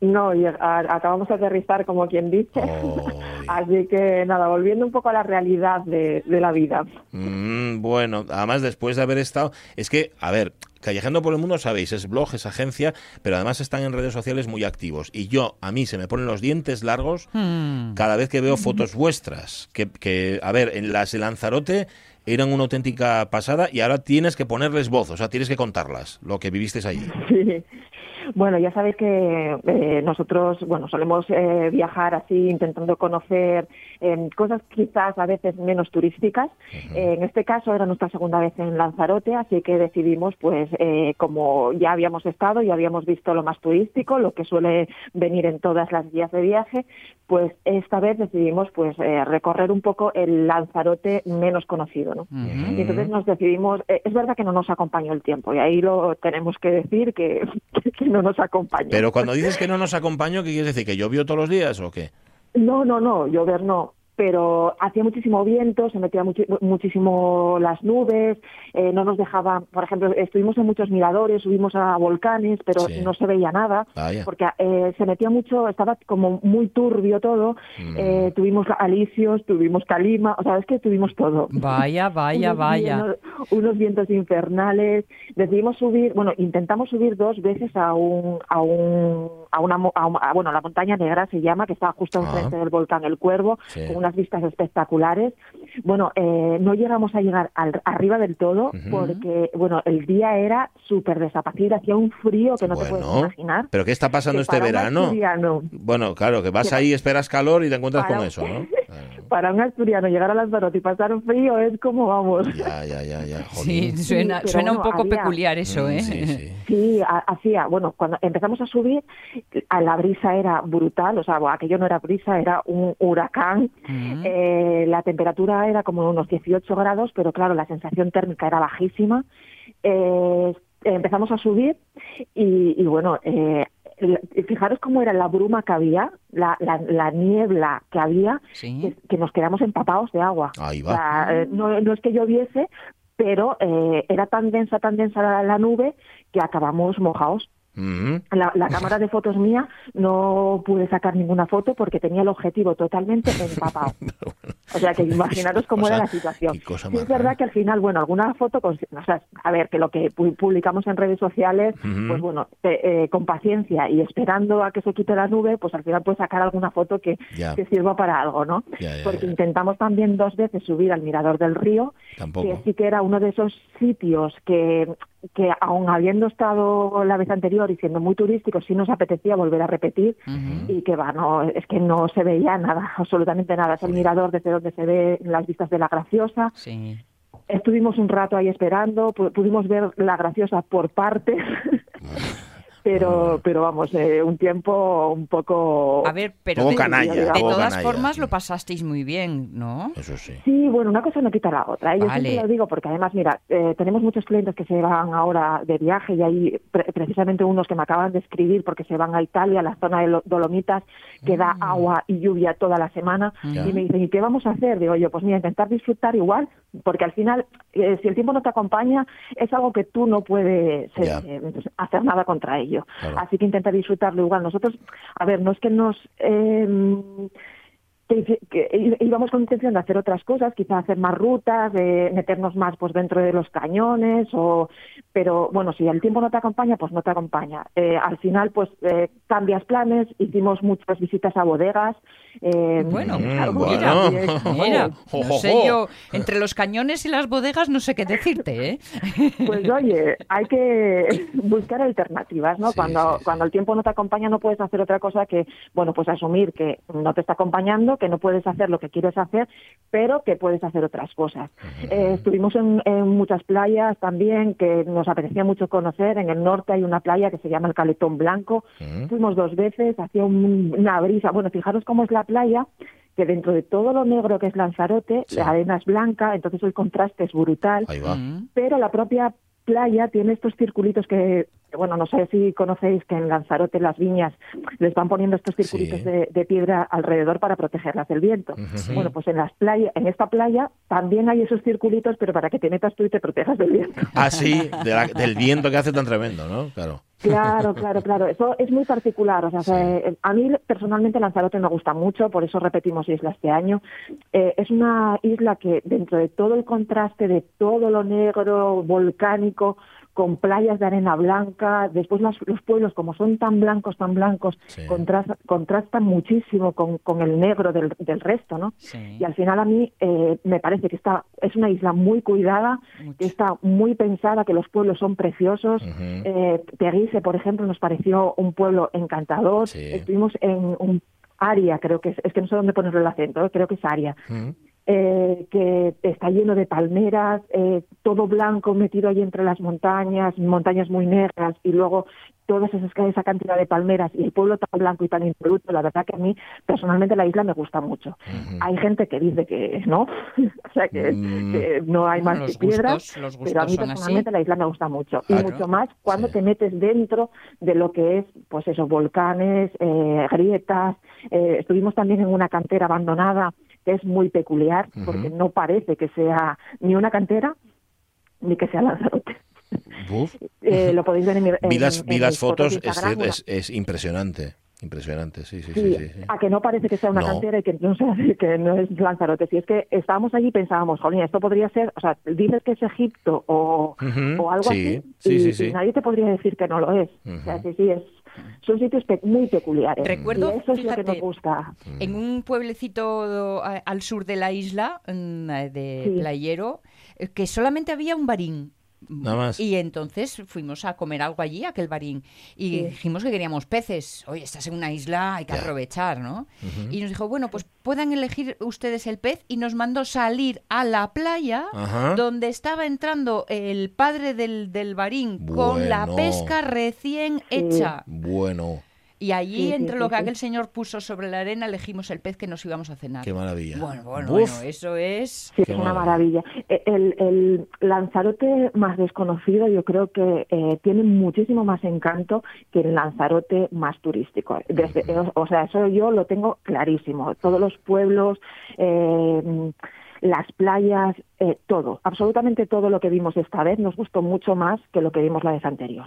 Speaker 5: No, lleg- a- acabamos de aterrizar, como quien dice.
Speaker 1: Oh,
Speaker 5: Así que nada, volviendo un poco a la realidad de, de la vida.
Speaker 1: Mm, bueno, además después de haber estado, es que, a ver, Callejando por el Mundo, sabéis, es blog, es agencia, pero además están en redes sociales muy activos. Y yo, a mí se me ponen los dientes largos
Speaker 5: Hmm.
Speaker 1: cada vez que veo fotos vuestras, que, que, a ver, en las de Lanzarote eran una auténtica pasada y ahora tienes que ponerles voz, o sea, tienes que contarlas, lo que vivisteis allí.
Speaker 5: Sí. Bueno, ya sabéis que eh, nosotros, bueno, solemos eh, viajar así, intentando conocer eh, cosas quizás a veces menos turísticas. Eh, en este caso era nuestra segunda vez en Lanzarote, así que decidimos, pues, eh, como ya habíamos estado, ya habíamos visto lo más turístico, lo que suele venir en todas las guías de viaje, pues esta vez decidimos, pues, eh, recorrer un poco el Lanzarote menos conocido, ¿no? Y
Speaker 1: Mm,
Speaker 5: entonces nos decidimos, eh, es verdad que no nos acompañó el tiempo y ahí lo tenemos que decir que, que no nos acompañó.
Speaker 1: Pero cuando dices que no nos acompañó, ¿qué quieres decir? ¿Que llovió todos los días o qué?
Speaker 5: No, no, no, llover no. Pero hacía muchísimo viento, se metía muchi- muchísimo las nubes, eh, no nos dejaba, por ejemplo, estuvimos en muchos miradores, subimos a volcanes, pero
Speaker 15: Sí.
Speaker 5: no se veía nada,
Speaker 1: Ah,
Speaker 15: Vaya.
Speaker 5: porque eh, se metía mucho, estaba como muy turbio todo, eh, tuvimos alisios, tuvimos calima, o sea, es que tuvimos todo.
Speaker 2: Vaya, vaya,
Speaker 5: Unos
Speaker 2: vaya.
Speaker 5: vientos- unos vientos infernales. Decidimos subir, bueno, intentamos subir dos veces a un, a un, a una, mo- a un- a- bueno, la montaña negra se llama, que está justo enfrente del volcán El Cuervo,
Speaker 15: Sí.
Speaker 5: con unas vistas espectaculares. Bueno, eh, no llegamos a llegar al- arriba del todo porque, bueno, el día era súper desapacible, hacía un frío que no te puedes
Speaker 1: Bueno,
Speaker 5: imaginar.
Speaker 1: ¿pero qué está pasando
Speaker 5: que
Speaker 1: este
Speaker 5: para un
Speaker 1: verano?
Speaker 5: asturiano-
Speaker 1: Bueno, claro, que vas ahí, esperas calor y te encuentras con eso, ¿no?
Speaker 5: Para un asturiano llegar a Lanzarote y pasar un frío es como vamos.
Speaker 1: Ya, ya, ya, ya.
Speaker 2: Sí,
Speaker 1: jolín.
Speaker 2: suena,
Speaker 5: pero
Speaker 2: suena un
Speaker 5: bueno,
Speaker 2: poco
Speaker 5: había-
Speaker 2: peculiar eso,
Speaker 1: Mm,
Speaker 2: ¿eh?
Speaker 1: sí, sí.
Speaker 5: Sí, ha- hacía, bueno, cuando empezamos a subir, a la brisa era brutal, o sea, bueno, aquello no era brisa, era un huracán. Eh, la temperatura era como unos 18 grados, pero claro, la sensación térmica era bajísima. Eh, empezamos a subir y, y bueno, eh, la- fijaros cómo era la bruma que había, la, la- la niebla que había, que, que nos quedamos empapados de agua.
Speaker 1: Ahí
Speaker 14: va.
Speaker 5: O sea, eh, no, no es que lloviese, pero eh, era tan densa, tan densa la, la nube que acabamos mojados.
Speaker 1: Mhm.
Speaker 5: La, la cámara de fotos mía no pude sacar ninguna foto porque tenía el objetivo totalmente empapado. O sea, que imaginaros cómo
Speaker 1: Cosa-
Speaker 5: era la situación.
Speaker 1: cosa
Speaker 5: Sí, es verdad que al final, bueno, alguna foto, con- o sea, a ver, que lo que pu- publicamos en redes sociales,
Speaker 1: Ujú.
Speaker 5: pues bueno, te- eh, con paciencia y esperando a que se quite la nube, pues al final puedes sacar alguna foto que,
Speaker 1: Ya.
Speaker 5: que sirva para algo, ¿no?
Speaker 1: Ah. Ya, ya,
Speaker 5: Porque intentamos también dos veces subir al Mirador del Río,
Speaker 1: Tampoco.
Speaker 5: que sí que era uno de esos sitios que, que aun habiendo estado la vez anterior y siendo muy turístico, sí nos apetecía volver a repetir y que va, no, es que no se veía nada, absolutamente nada. Es el mirador desde donde se ven las vistas de la Graciosa. Estuvimos un rato ahí esperando, pu- pudimos ver la graciosa por partes. Pero, pero vamos, eh, un tiempo un poco...
Speaker 2: A ver, pero
Speaker 5: Sí,
Speaker 2: de, de
Speaker 5: digamos.
Speaker 2: todas formas lo pasasteis muy bien, ¿no?
Speaker 1: Eso sí.
Speaker 5: Sí, bueno, una cosa no quita la otra. ¿eh? Yo
Speaker 2: Vale.
Speaker 5: siempre lo digo porque además, mira, eh, tenemos muchos clientes que se van ahora de viaje y hay pre- precisamente unos que me acaban de escribir porque se van a Italia, a la zona de lo- Dolomitas, que da agua y lluvia toda la semana.
Speaker 13: Ya.
Speaker 5: Y me dicen, ¿y qué vamos a hacer? Digo yo, pues mira, intentar disfrutar igual, porque al final, eh, si el tiempo no te acompaña, es algo que tú no puedes eh,
Speaker 13: Ya.
Speaker 5: eh, hacer nada contra ello.
Speaker 13: Claro.
Speaker 5: Así que intentar disfrutarlo igual. Nosotros, a ver, no es que nos... eh, em, que, hice- que í- íbamos con intención de hacer otras cosas, quizá hacer más rutas, de meternos más pues dentro de los cañones, o pero bueno, si el tiempo no te acompaña, pues no te acompaña. Eh, al final, pues eh, cambias planes, hicimos muchas visitas a bodegas. eh,
Speaker 2: Mm,
Speaker 1: Mm,
Speaker 2: Bueno,
Speaker 5: claro,
Speaker 2: mira,
Speaker 5: sí, es-
Speaker 2: mira,
Speaker 5: jo,
Speaker 2: no
Speaker 5: jo,
Speaker 2: sé
Speaker 5: jo.
Speaker 2: yo, entre los cañones y las bodegas no sé qué decirte, ¿eh?
Speaker 5: Pues oye, hay que buscar alternativas, ¿no? cuando, cuando el tiempo no te acompaña no puedes hacer otra cosa que, bueno, pues asumir que no te está acompañando, que no puedes hacer lo que quieres hacer, pero que puedes hacer otras cosas. Eh, estuvimos en, en muchas playas también que nos apetecía mucho conocer. En el norte hay una playa que se llama el Caletón Blanco. Fuimos dos veces, hacía un- una brisa. Bueno, fijaros cómo es la playa que dentro de todo lo negro que es Lanzarote, la arena es blanca, entonces el contraste es brutal
Speaker 2: Mm.
Speaker 5: pero la propia playa tiene estos circulitos que, bueno, no sé si conocéis que en Lanzarote las viñas les van poniendo estos circulitos de, de piedra alrededor para protegerlas del viento.
Speaker 13: Sí.
Speaker 5: Bueno, pues en las playas, en esta playa también hay esos circulitos, pero para que te metas tú y te protejas del viento.
Speaker 1: Así, Ah, de la- del viento que hace tan tremendo, ¿no? Claro.
Speaker 5: Claro, claro, claro. Eso es muy particular. O sea, se- eh, a mí personalmente Lanzarote me gusta mucho, por eso repetimos isla este año. Eh, es una isla que dentro de todo el contraste de todo lo negro, volcánico, con playas de arena blanca, después las- los pueblos como son tan blancos, tan blancos, contras- contrastan muchísimo con, con el negro del, del resto, ¿no? Y al final a mí eh, me parece que está es una isla muy cuidada, que está muy pensada, que los pueblos son preciosos. Eh, Teguise, por ejemplo, nos pareció un pueblo encantador. Estuvimos en un área, creo que es, es que no sé dónde ponerle el acento, eh, creo que es área. eh, que está lleno de palmeras, eh, todo blanco metido ahí entre las montañas, montañas muy negras y luego todas esas esa cantidad de palmeras y el pueblo tan blanco y tan impoluto, la verdad que a mí personalmente la isla me gusta mucho. Hay gente que dice que no, o sea que, que no hay más
Speaker 2: Mm, Los
Speaker 5: que piedras,
Speaker 2: gustos- los
Speaker 5: pero a
Speaker 2: gustos
Speaker 5: mí
Speaker 2: son así.
Speaker 5: personalmente la isla me gusta mucho
Speaker 1: Ah,
Speaker 5: y
Speaker 2: Claro.
Speaker 5: mucho más cuando te metes dentro de lo que es, pues esos volcanes, eh, grietas. Eh, estuvimos también en una cantera abandonada que es muy peculiar porque no parece que sea ni una cantera ni que sea Lanzarote.
Speaker 1: Uf.
Speaker 5: Eh, lo podéis ver en mi en-
Speaker 1: Vi las,
Speaker 5: en
Speaker 1: vi
Speaker 5: mis
Speaker 1: las fotos,
Speaker 5: de
Speaker 1: es,
Speaker 5: Instagram,
Speaker 1: es- es impresionante. Impresionante, sí, sí, sí.
Speaker 5: Sí, ah.
Speaker 1: sí, sí.
Speaker 5: a que no parece que sea una
Speaker 1: No.
Speaker 5: cantera y que no, sea, que no es Lanzarote. Si es que estábamos allí y pensábamos, jolín, esto podría ser, o sea, dices que es Egipto o,
Speaker 13: Ujú,
Speaker 5: o algo
Speaker 13: sí,
Speaker 5: así,
Speaker 13: sí,
Speaker 5: y,
Speaker 13: sí, sí.
Speaker 5: y nadie te podría decir que no lo es. O sea, sí, sí, es, son sitios pe- muy peculiares.
Speaker 2: Recuerdo,
Speaker 5: y eso es lo que
Speaker 2: fíjate,
Speaker 5: nos gusta.
Speaker 1: Mm.
Speaker 2: En un pueblecito eh, al sur de la isla, mm, eh, de
Speaker 5: Sí.
Speaker 2: Playero, eh, que solamente había un barín.
Speaker 1: Nada más.
Speaker 2: Y entonces fuimos a comer algo allí, aquel barín. Y
Speaker 5: Sí.
Speaker 2: dijimos que queríamos peces. Oye, estás en una isla, hay que aprovechar, ¿no? Y nos dijo, bueno, pues puedan elegir ustedes el pez. Y nos mandó salir a la playa,
Speaker 13: Ajá.
Speaker 2: donde estaba entrando el padre del, del barín con la
Speaker 1: Bueno.
Speaker 2: pesca recién hecha.
Speaker 1: Bueno,
Speaker 2: Y allí,
Speaker 1: Sí, sí,
Speaker 2: entre
Speaker 1: sí,
Speaker 2: lo que
Speaker 1: sí.
Speaker 2: aquel señor puso sobre la arena, elegimos el pez que nos íbamos a cenar.
Speaker 1: qué maravilla.
Speaker 2: Bueno, bueno,
Speaker 1: Uf.
Speaker 2: bueno, eso es...
Speaker 5: Sí, es una maravilla. Eh, El, el Lanzarote más desconocido yo creo que eh, tiene muchísimo más encanto que el Lanzarote más turístico. Desde- eh, o sea, eso yo lo tengo clarísimo. Todos los pueblos, eh, las playas, eh, todo, absolutamente todo lo que vimos esta vez nos gustó mucho más que lo que vimos la vez anterior.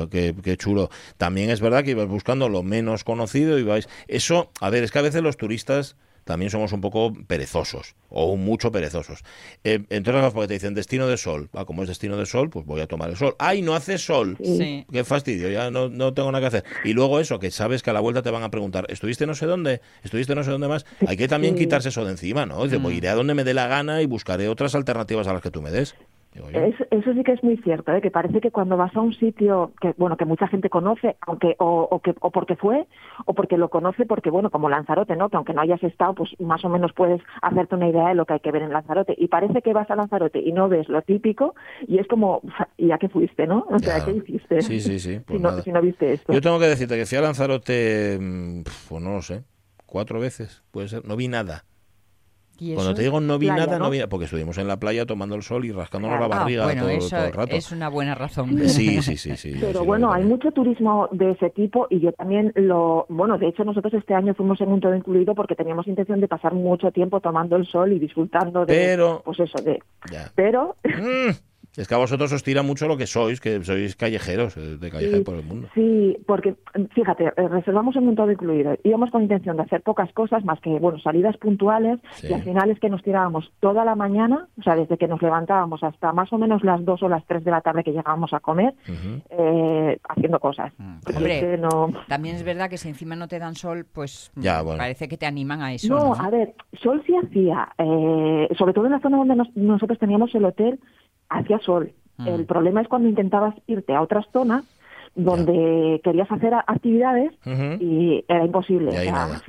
Speaker 1: Qué, qué- qué chulo. También es verdad que ibas buscando lo menos conocido y vais. Eso, a ver, es que a veces los turistas también somos un poco perezosos o mucho perezosos. Eh, entonces, porque te dicen destino de sol. Ah, como es destino de sol, pues voy a tomar el sol. ¡Ay, no hace sol!
Speaker 2: Sí.
Speaker 1: Qué fastidio, ya no, no tengo nada que hacer. Y luego eso, que sabes que a la vuelta te van a preguntar, ¿estuviste no sé dónde? ¿Estuviste no sé dónde más? Hay que también
Speaker 5: Sí.
Speaker 1: quitarse eso de encima, ¿no? Dice, pues iré a donde me dé la gana y buscaré otras alternativas a las que tú me des.
Speaker 5: Es- eso sí que es muy cierto, ¿eh? que parece que cuando vas a un sitio que bueno que mucha gente conoce, aunque o, o que o porque fue o porque lo conoce, porque bueno como Lanzarote, ¿no? Que aunque no hayas estado, pues más o menos puedes hacerte una idea de lo que hay que ver en Lanzarote. Y parece que vas a Lanzarote y no ves lo típico y es como "Uf, ¿y a qué fuiste, no? O sea,
Speaker 1: Ya.
Speaker 5: ¿qué hiciste?
Speaker 1: Sí, sí, sí, pues
Speaker 5: si, no,
Speaker 1: nada.
Speaker 5: si no viste esto.
Speaker 1: Yo tengo que decirte que fui a Lanzarote, mm, pf, pues no lo sé, cuatro veces, puede ser, no vi nada.
Speaker 2: ¿Y
Speaker 1: Cuando
Speaker 2: eso?
Speaker 1: te digo no vi
Speaker 2: Playa,
Speaker 1: nada, no,
Speaker 2: ¿no?
Speaker 1: vi nada, porque estuvimos en la playa tomando el sol y rascándonos la
Speaker 2: Ah,
Speaker 1: barriga
Speaker 2: bueno,
Speaker 1: todo,
Speaker 2: eso
Speaker 1: todo el rato. Eh,
Speaker 2: es una buena razón.
Speaker 1: Sí, sí, sí, sí.
Speaker 5: Pero bueno, hay mucho turismo de ese tipo y yo también lo, bueno, de hecho nosotros este año fuimos en un todo incluido porque teníamos intención de pasar mucho tiempo tomando el sol y disfrutando de,
Speaker 1: Pero-
Speaker 5: pues eso, de,
Speaker 1: Ya. Mm.
Speaker 5: pero
Speaker 1: Es que a vosotros os tira mucho lo que sois, que sois callejeros, eh, de callejer
Speaker 5: Sí.
Speaker 1: por el mundo.
Speaker 5: Sí, porque fíjate, eh, reservamos en un todo incluido. Íbamos con intención de hacer pocas cosas más que, bueno, salidas puntuales
Speaker 1: Sí.
Speaker 5: y al final es que nos tirábamos toda la mañana, o sea, desde que nos levantábamos hasta más o menos las 2 o las 3 de la tarde que llegábamos a comer, eh, haciendo cosas. Porque
Speaker 2: Hombre,
Speaker 5: es que eh, no...
Speaker 2: También es verdad que si encima no te dan sol, pues
Speaker 5: Ya,
Speaker 2: mm,
Speaker 5: bueno.
Speaker 2: parece que te animan a eso.
Speaker 5: No,
Speaker 2: No,
Speaker 5: a ver, sol sí hacía, eh, sobre todo en la zona donde nos- nosotros teníamos el hotel, hacía sol. El problema es cuando intentabas irte a otras zonas donde querías hacer a- actividades
Speaker 1: Ujú.
Speaker 5: y era imposible.
Speaker 1: Y ahí
Speaker 5: o sea,
Speaker 1: nada.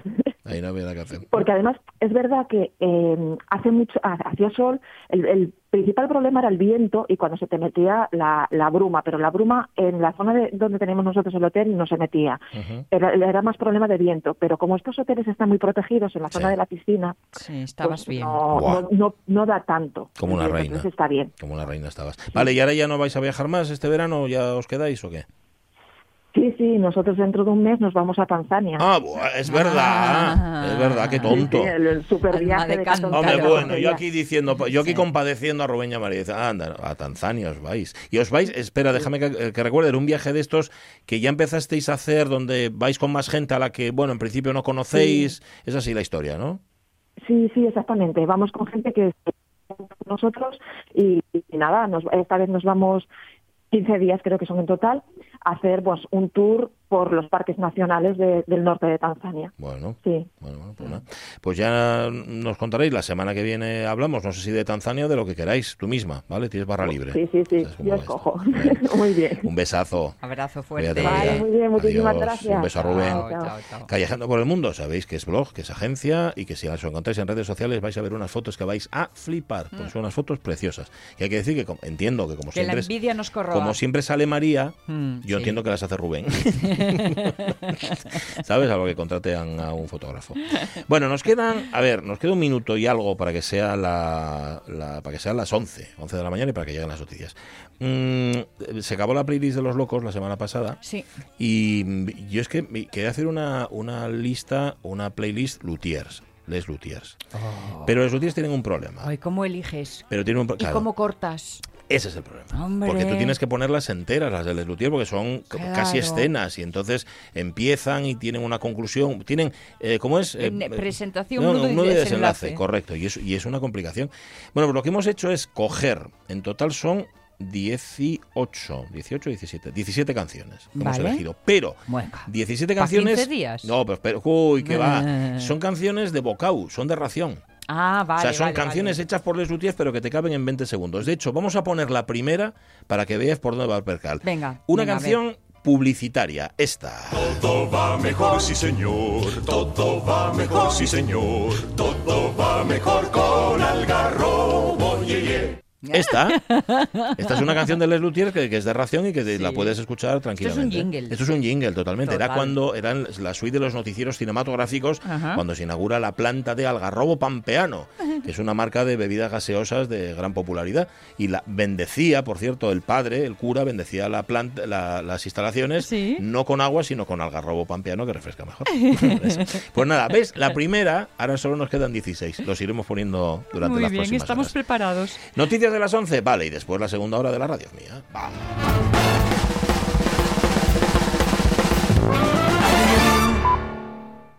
Speaker 1: Ahí no había nada que hacer.
Speaker 5: Porque además es verdad que eh, hace mucho, ha- hacía sol, el, el principal problema era el viento y cuando se te metía la, la bruma, pero la bruma en la zona de- donde tenemos nosotros el hotel no se metía. Era, era más problema de viento, pero como estos hoteles están muy protegidos en la zona de la piscina,
Speaker 2: Sí, estabas
Speaker 5: pues
Speaker 2: bien.
Speaker 5: No,
Speaker 1: Buah.
Speaker 5: no, no, no da tanto.
Speaker 1: Como una
Speaker 5: Entonces,
Speaker 1: reina.
Speaker 5: está bien.
Speaker 1: Como una reina estabas. Vale, ¿y ahora ya no vais a viajar más este verano? ¿Ya os quedáis o qué?
Speaker 5: Sí, sí, nosotros dentro de un mes nos vamos a Tanzania.
Speaker 1: Ah, buah, es verdad.
Speaker 2: Ah.
Speaker 1: Es verdad, qué tonto.
Speaker 5: Sí, sí, el, super viaje de, Canton
Speaker 1: Hombre,
Speaker 5: Caro.
Speaker 1: bueno, yo aquí diciendo, yo aquí compadeciendo a Rubén y a María, dice, anda, a Tanzania os vais. Y os vais, espera, déjame que, que recuerde, era un viaje de estos que ya empezasteis a hacer, donde vais con más gente a la que, bueno, en principio no conocéis. Es así la historia, ¿no?
Speaker 5: Sí, sí, exactamente. Vamos con gente que está con nosotros y, y nada, nos- esta vez nos vamos 15 días, creo que son en total, a hacer pues, un tour por los parques nacionales de- del norte de Tanzania.
Speaker 1: Bueno,
Speaker 5: Sí.
Speaker 1: pues ya nos contaréis, la semana que viene hablamos, no sé si de Tanzania o de lo que queráis, tú misma, ¿vale? Tienes barra libre.
Speaker 5: Sí, sí, sí, yo escojo. muy bien.
Speaker 1: Un besazo.
Speaker 2: Abrazo
Speaker 1: Cuídate,
Speaker 2: fuerte.
Speaker 1: María. Adiós. Un beso a Rubén.
Speaker 2: Chao, chao, chao.
Speaker 1: Callejando por el Mundo, sabéis que es blog, que es agencia y que si os encontráis en redes sociales vais a ver unas fotos que vais a flipar. Pues son unas fotos preciosas. Y hay que decir que como- entiendo que como
Speaker 2: Mm. Que la
Speaker 1: siempre es-
Speaker 2: envidia nos corroba.
Speaker 1: como siempre sale María,
Speaker 2: Mm,
Speaker 1: yo
Speaker 2: sí.
Speaker 1: entiendo que las hace Rubén. ¿Sabes? Algo que contratean a un fotógrafo. Bueno, nos quedan, a ver, nos queda un minuto y algo para que sea la, la- para que sean las 11, 11 de la mañana y para que lleguen las noticias. Mm, se acabó la playlist de los locos la semana pasada.
Speaker 2: Sí.
Speaker 1: Y mm, yo es que me- quería hacer una, una lista, una playlist Lutiers, Les Lutiers. Pero los Lutiers tienen un problema.
Speaker 2: Oh. Ay, ¿cómo eliges?
Speaker 1: Pero tienen un pro-
Speaker 2: ¿Y
Speaker 1: claro,
Speaker 2: cómo cortas?
Speaker 1: ese es el problema.
Speaker 2: Hombre.
Speaker 1: Porque tú tienes que ponerlas enteras, las de Les Luthiers, porque son c-
Speaker 2: Claro.
Speaker 1: casi escenas. Y entonces empiezan y tienen una conclusión. Tienen, eh, ¿cómo es? Eh,
Speaker 2: Ne-
Speaker 1: eh,
Speaker 2: presentación,
Speaker 1: no, no,
Speaker 2: nudo y
Speaker 1: nudo y
Speaker 2: desenlace.
Speaker 1: Correcto. Y es, y es una complicación. Bueno, pues lo que hemos hecho es coger, en total son 18, 18, 17, 17 canciones que hemos
Speaker 2: Vale.
Speaker 1: elegido. Pero 17
Speaker 2: ¿pa'
Speaker 1: canciones...
Speaker 2: 15 días?
Speaker 1: No, pues, pero, pero uy, que va.
Speaker 2: Eh.
Speaker 1: Son canciones de bocau, son de ración
Speaker 2: Ah, vale.
Speaker 1: o sea, son
Speaker 2: vale, vale.
Speaker 1: canciones hechas por Les Luthiers, pero que te caben en 20 segundos. De hecho, vamos a poner la primera para que veas por dónde va el percal.
Speaker 2: Venga.
Speaker 1: Una
Speaker 2: venga, a ver.
Speaker 1: canción publicitaria, esta.
Speaker 16: Todo va mejor, sí señor. Todo va mejor, sí señor. Todo va mejor con Algarrobo, ye, ye.
Speaker 1: Esta. Esta es una canción de Les Luthiers que, que es de ración y que te- la puedes escuchar tranquilamente.
Speaker 17: jingle.
Speaker 1: Esto es un jingle, totalmente. Era
Speaker 17: Total.
Speaker 1: cuando eran la suite de los noticieros cinematográficos,
Speaker 17: Ajá.
Speaker 1: cuando se inaugura la planta de Algarrobo Pampeano, que es una marca de bebidas gaseosas de gran popularidad. Y la bendecía, por cierto, el padre, el cura, bendecía la planta, la- las instalaciones, no con agua, sino con Algarrobo Pampeano, que refresca mejor. pues nada, ¿ves? La primera, ahora solo nos quedan 16. Los iremos poniendo durante
Speaker 2: Muy
Speaker 1: las
Speaker 2: bien,
Speaker 1: próximas
Speaker 2: estamos
Speaker 1: horas.
Speaker 2: preparados.
Speaker 1: Noticias de las 11, vale, y después la segunda hora de la radio es mía. Vamos.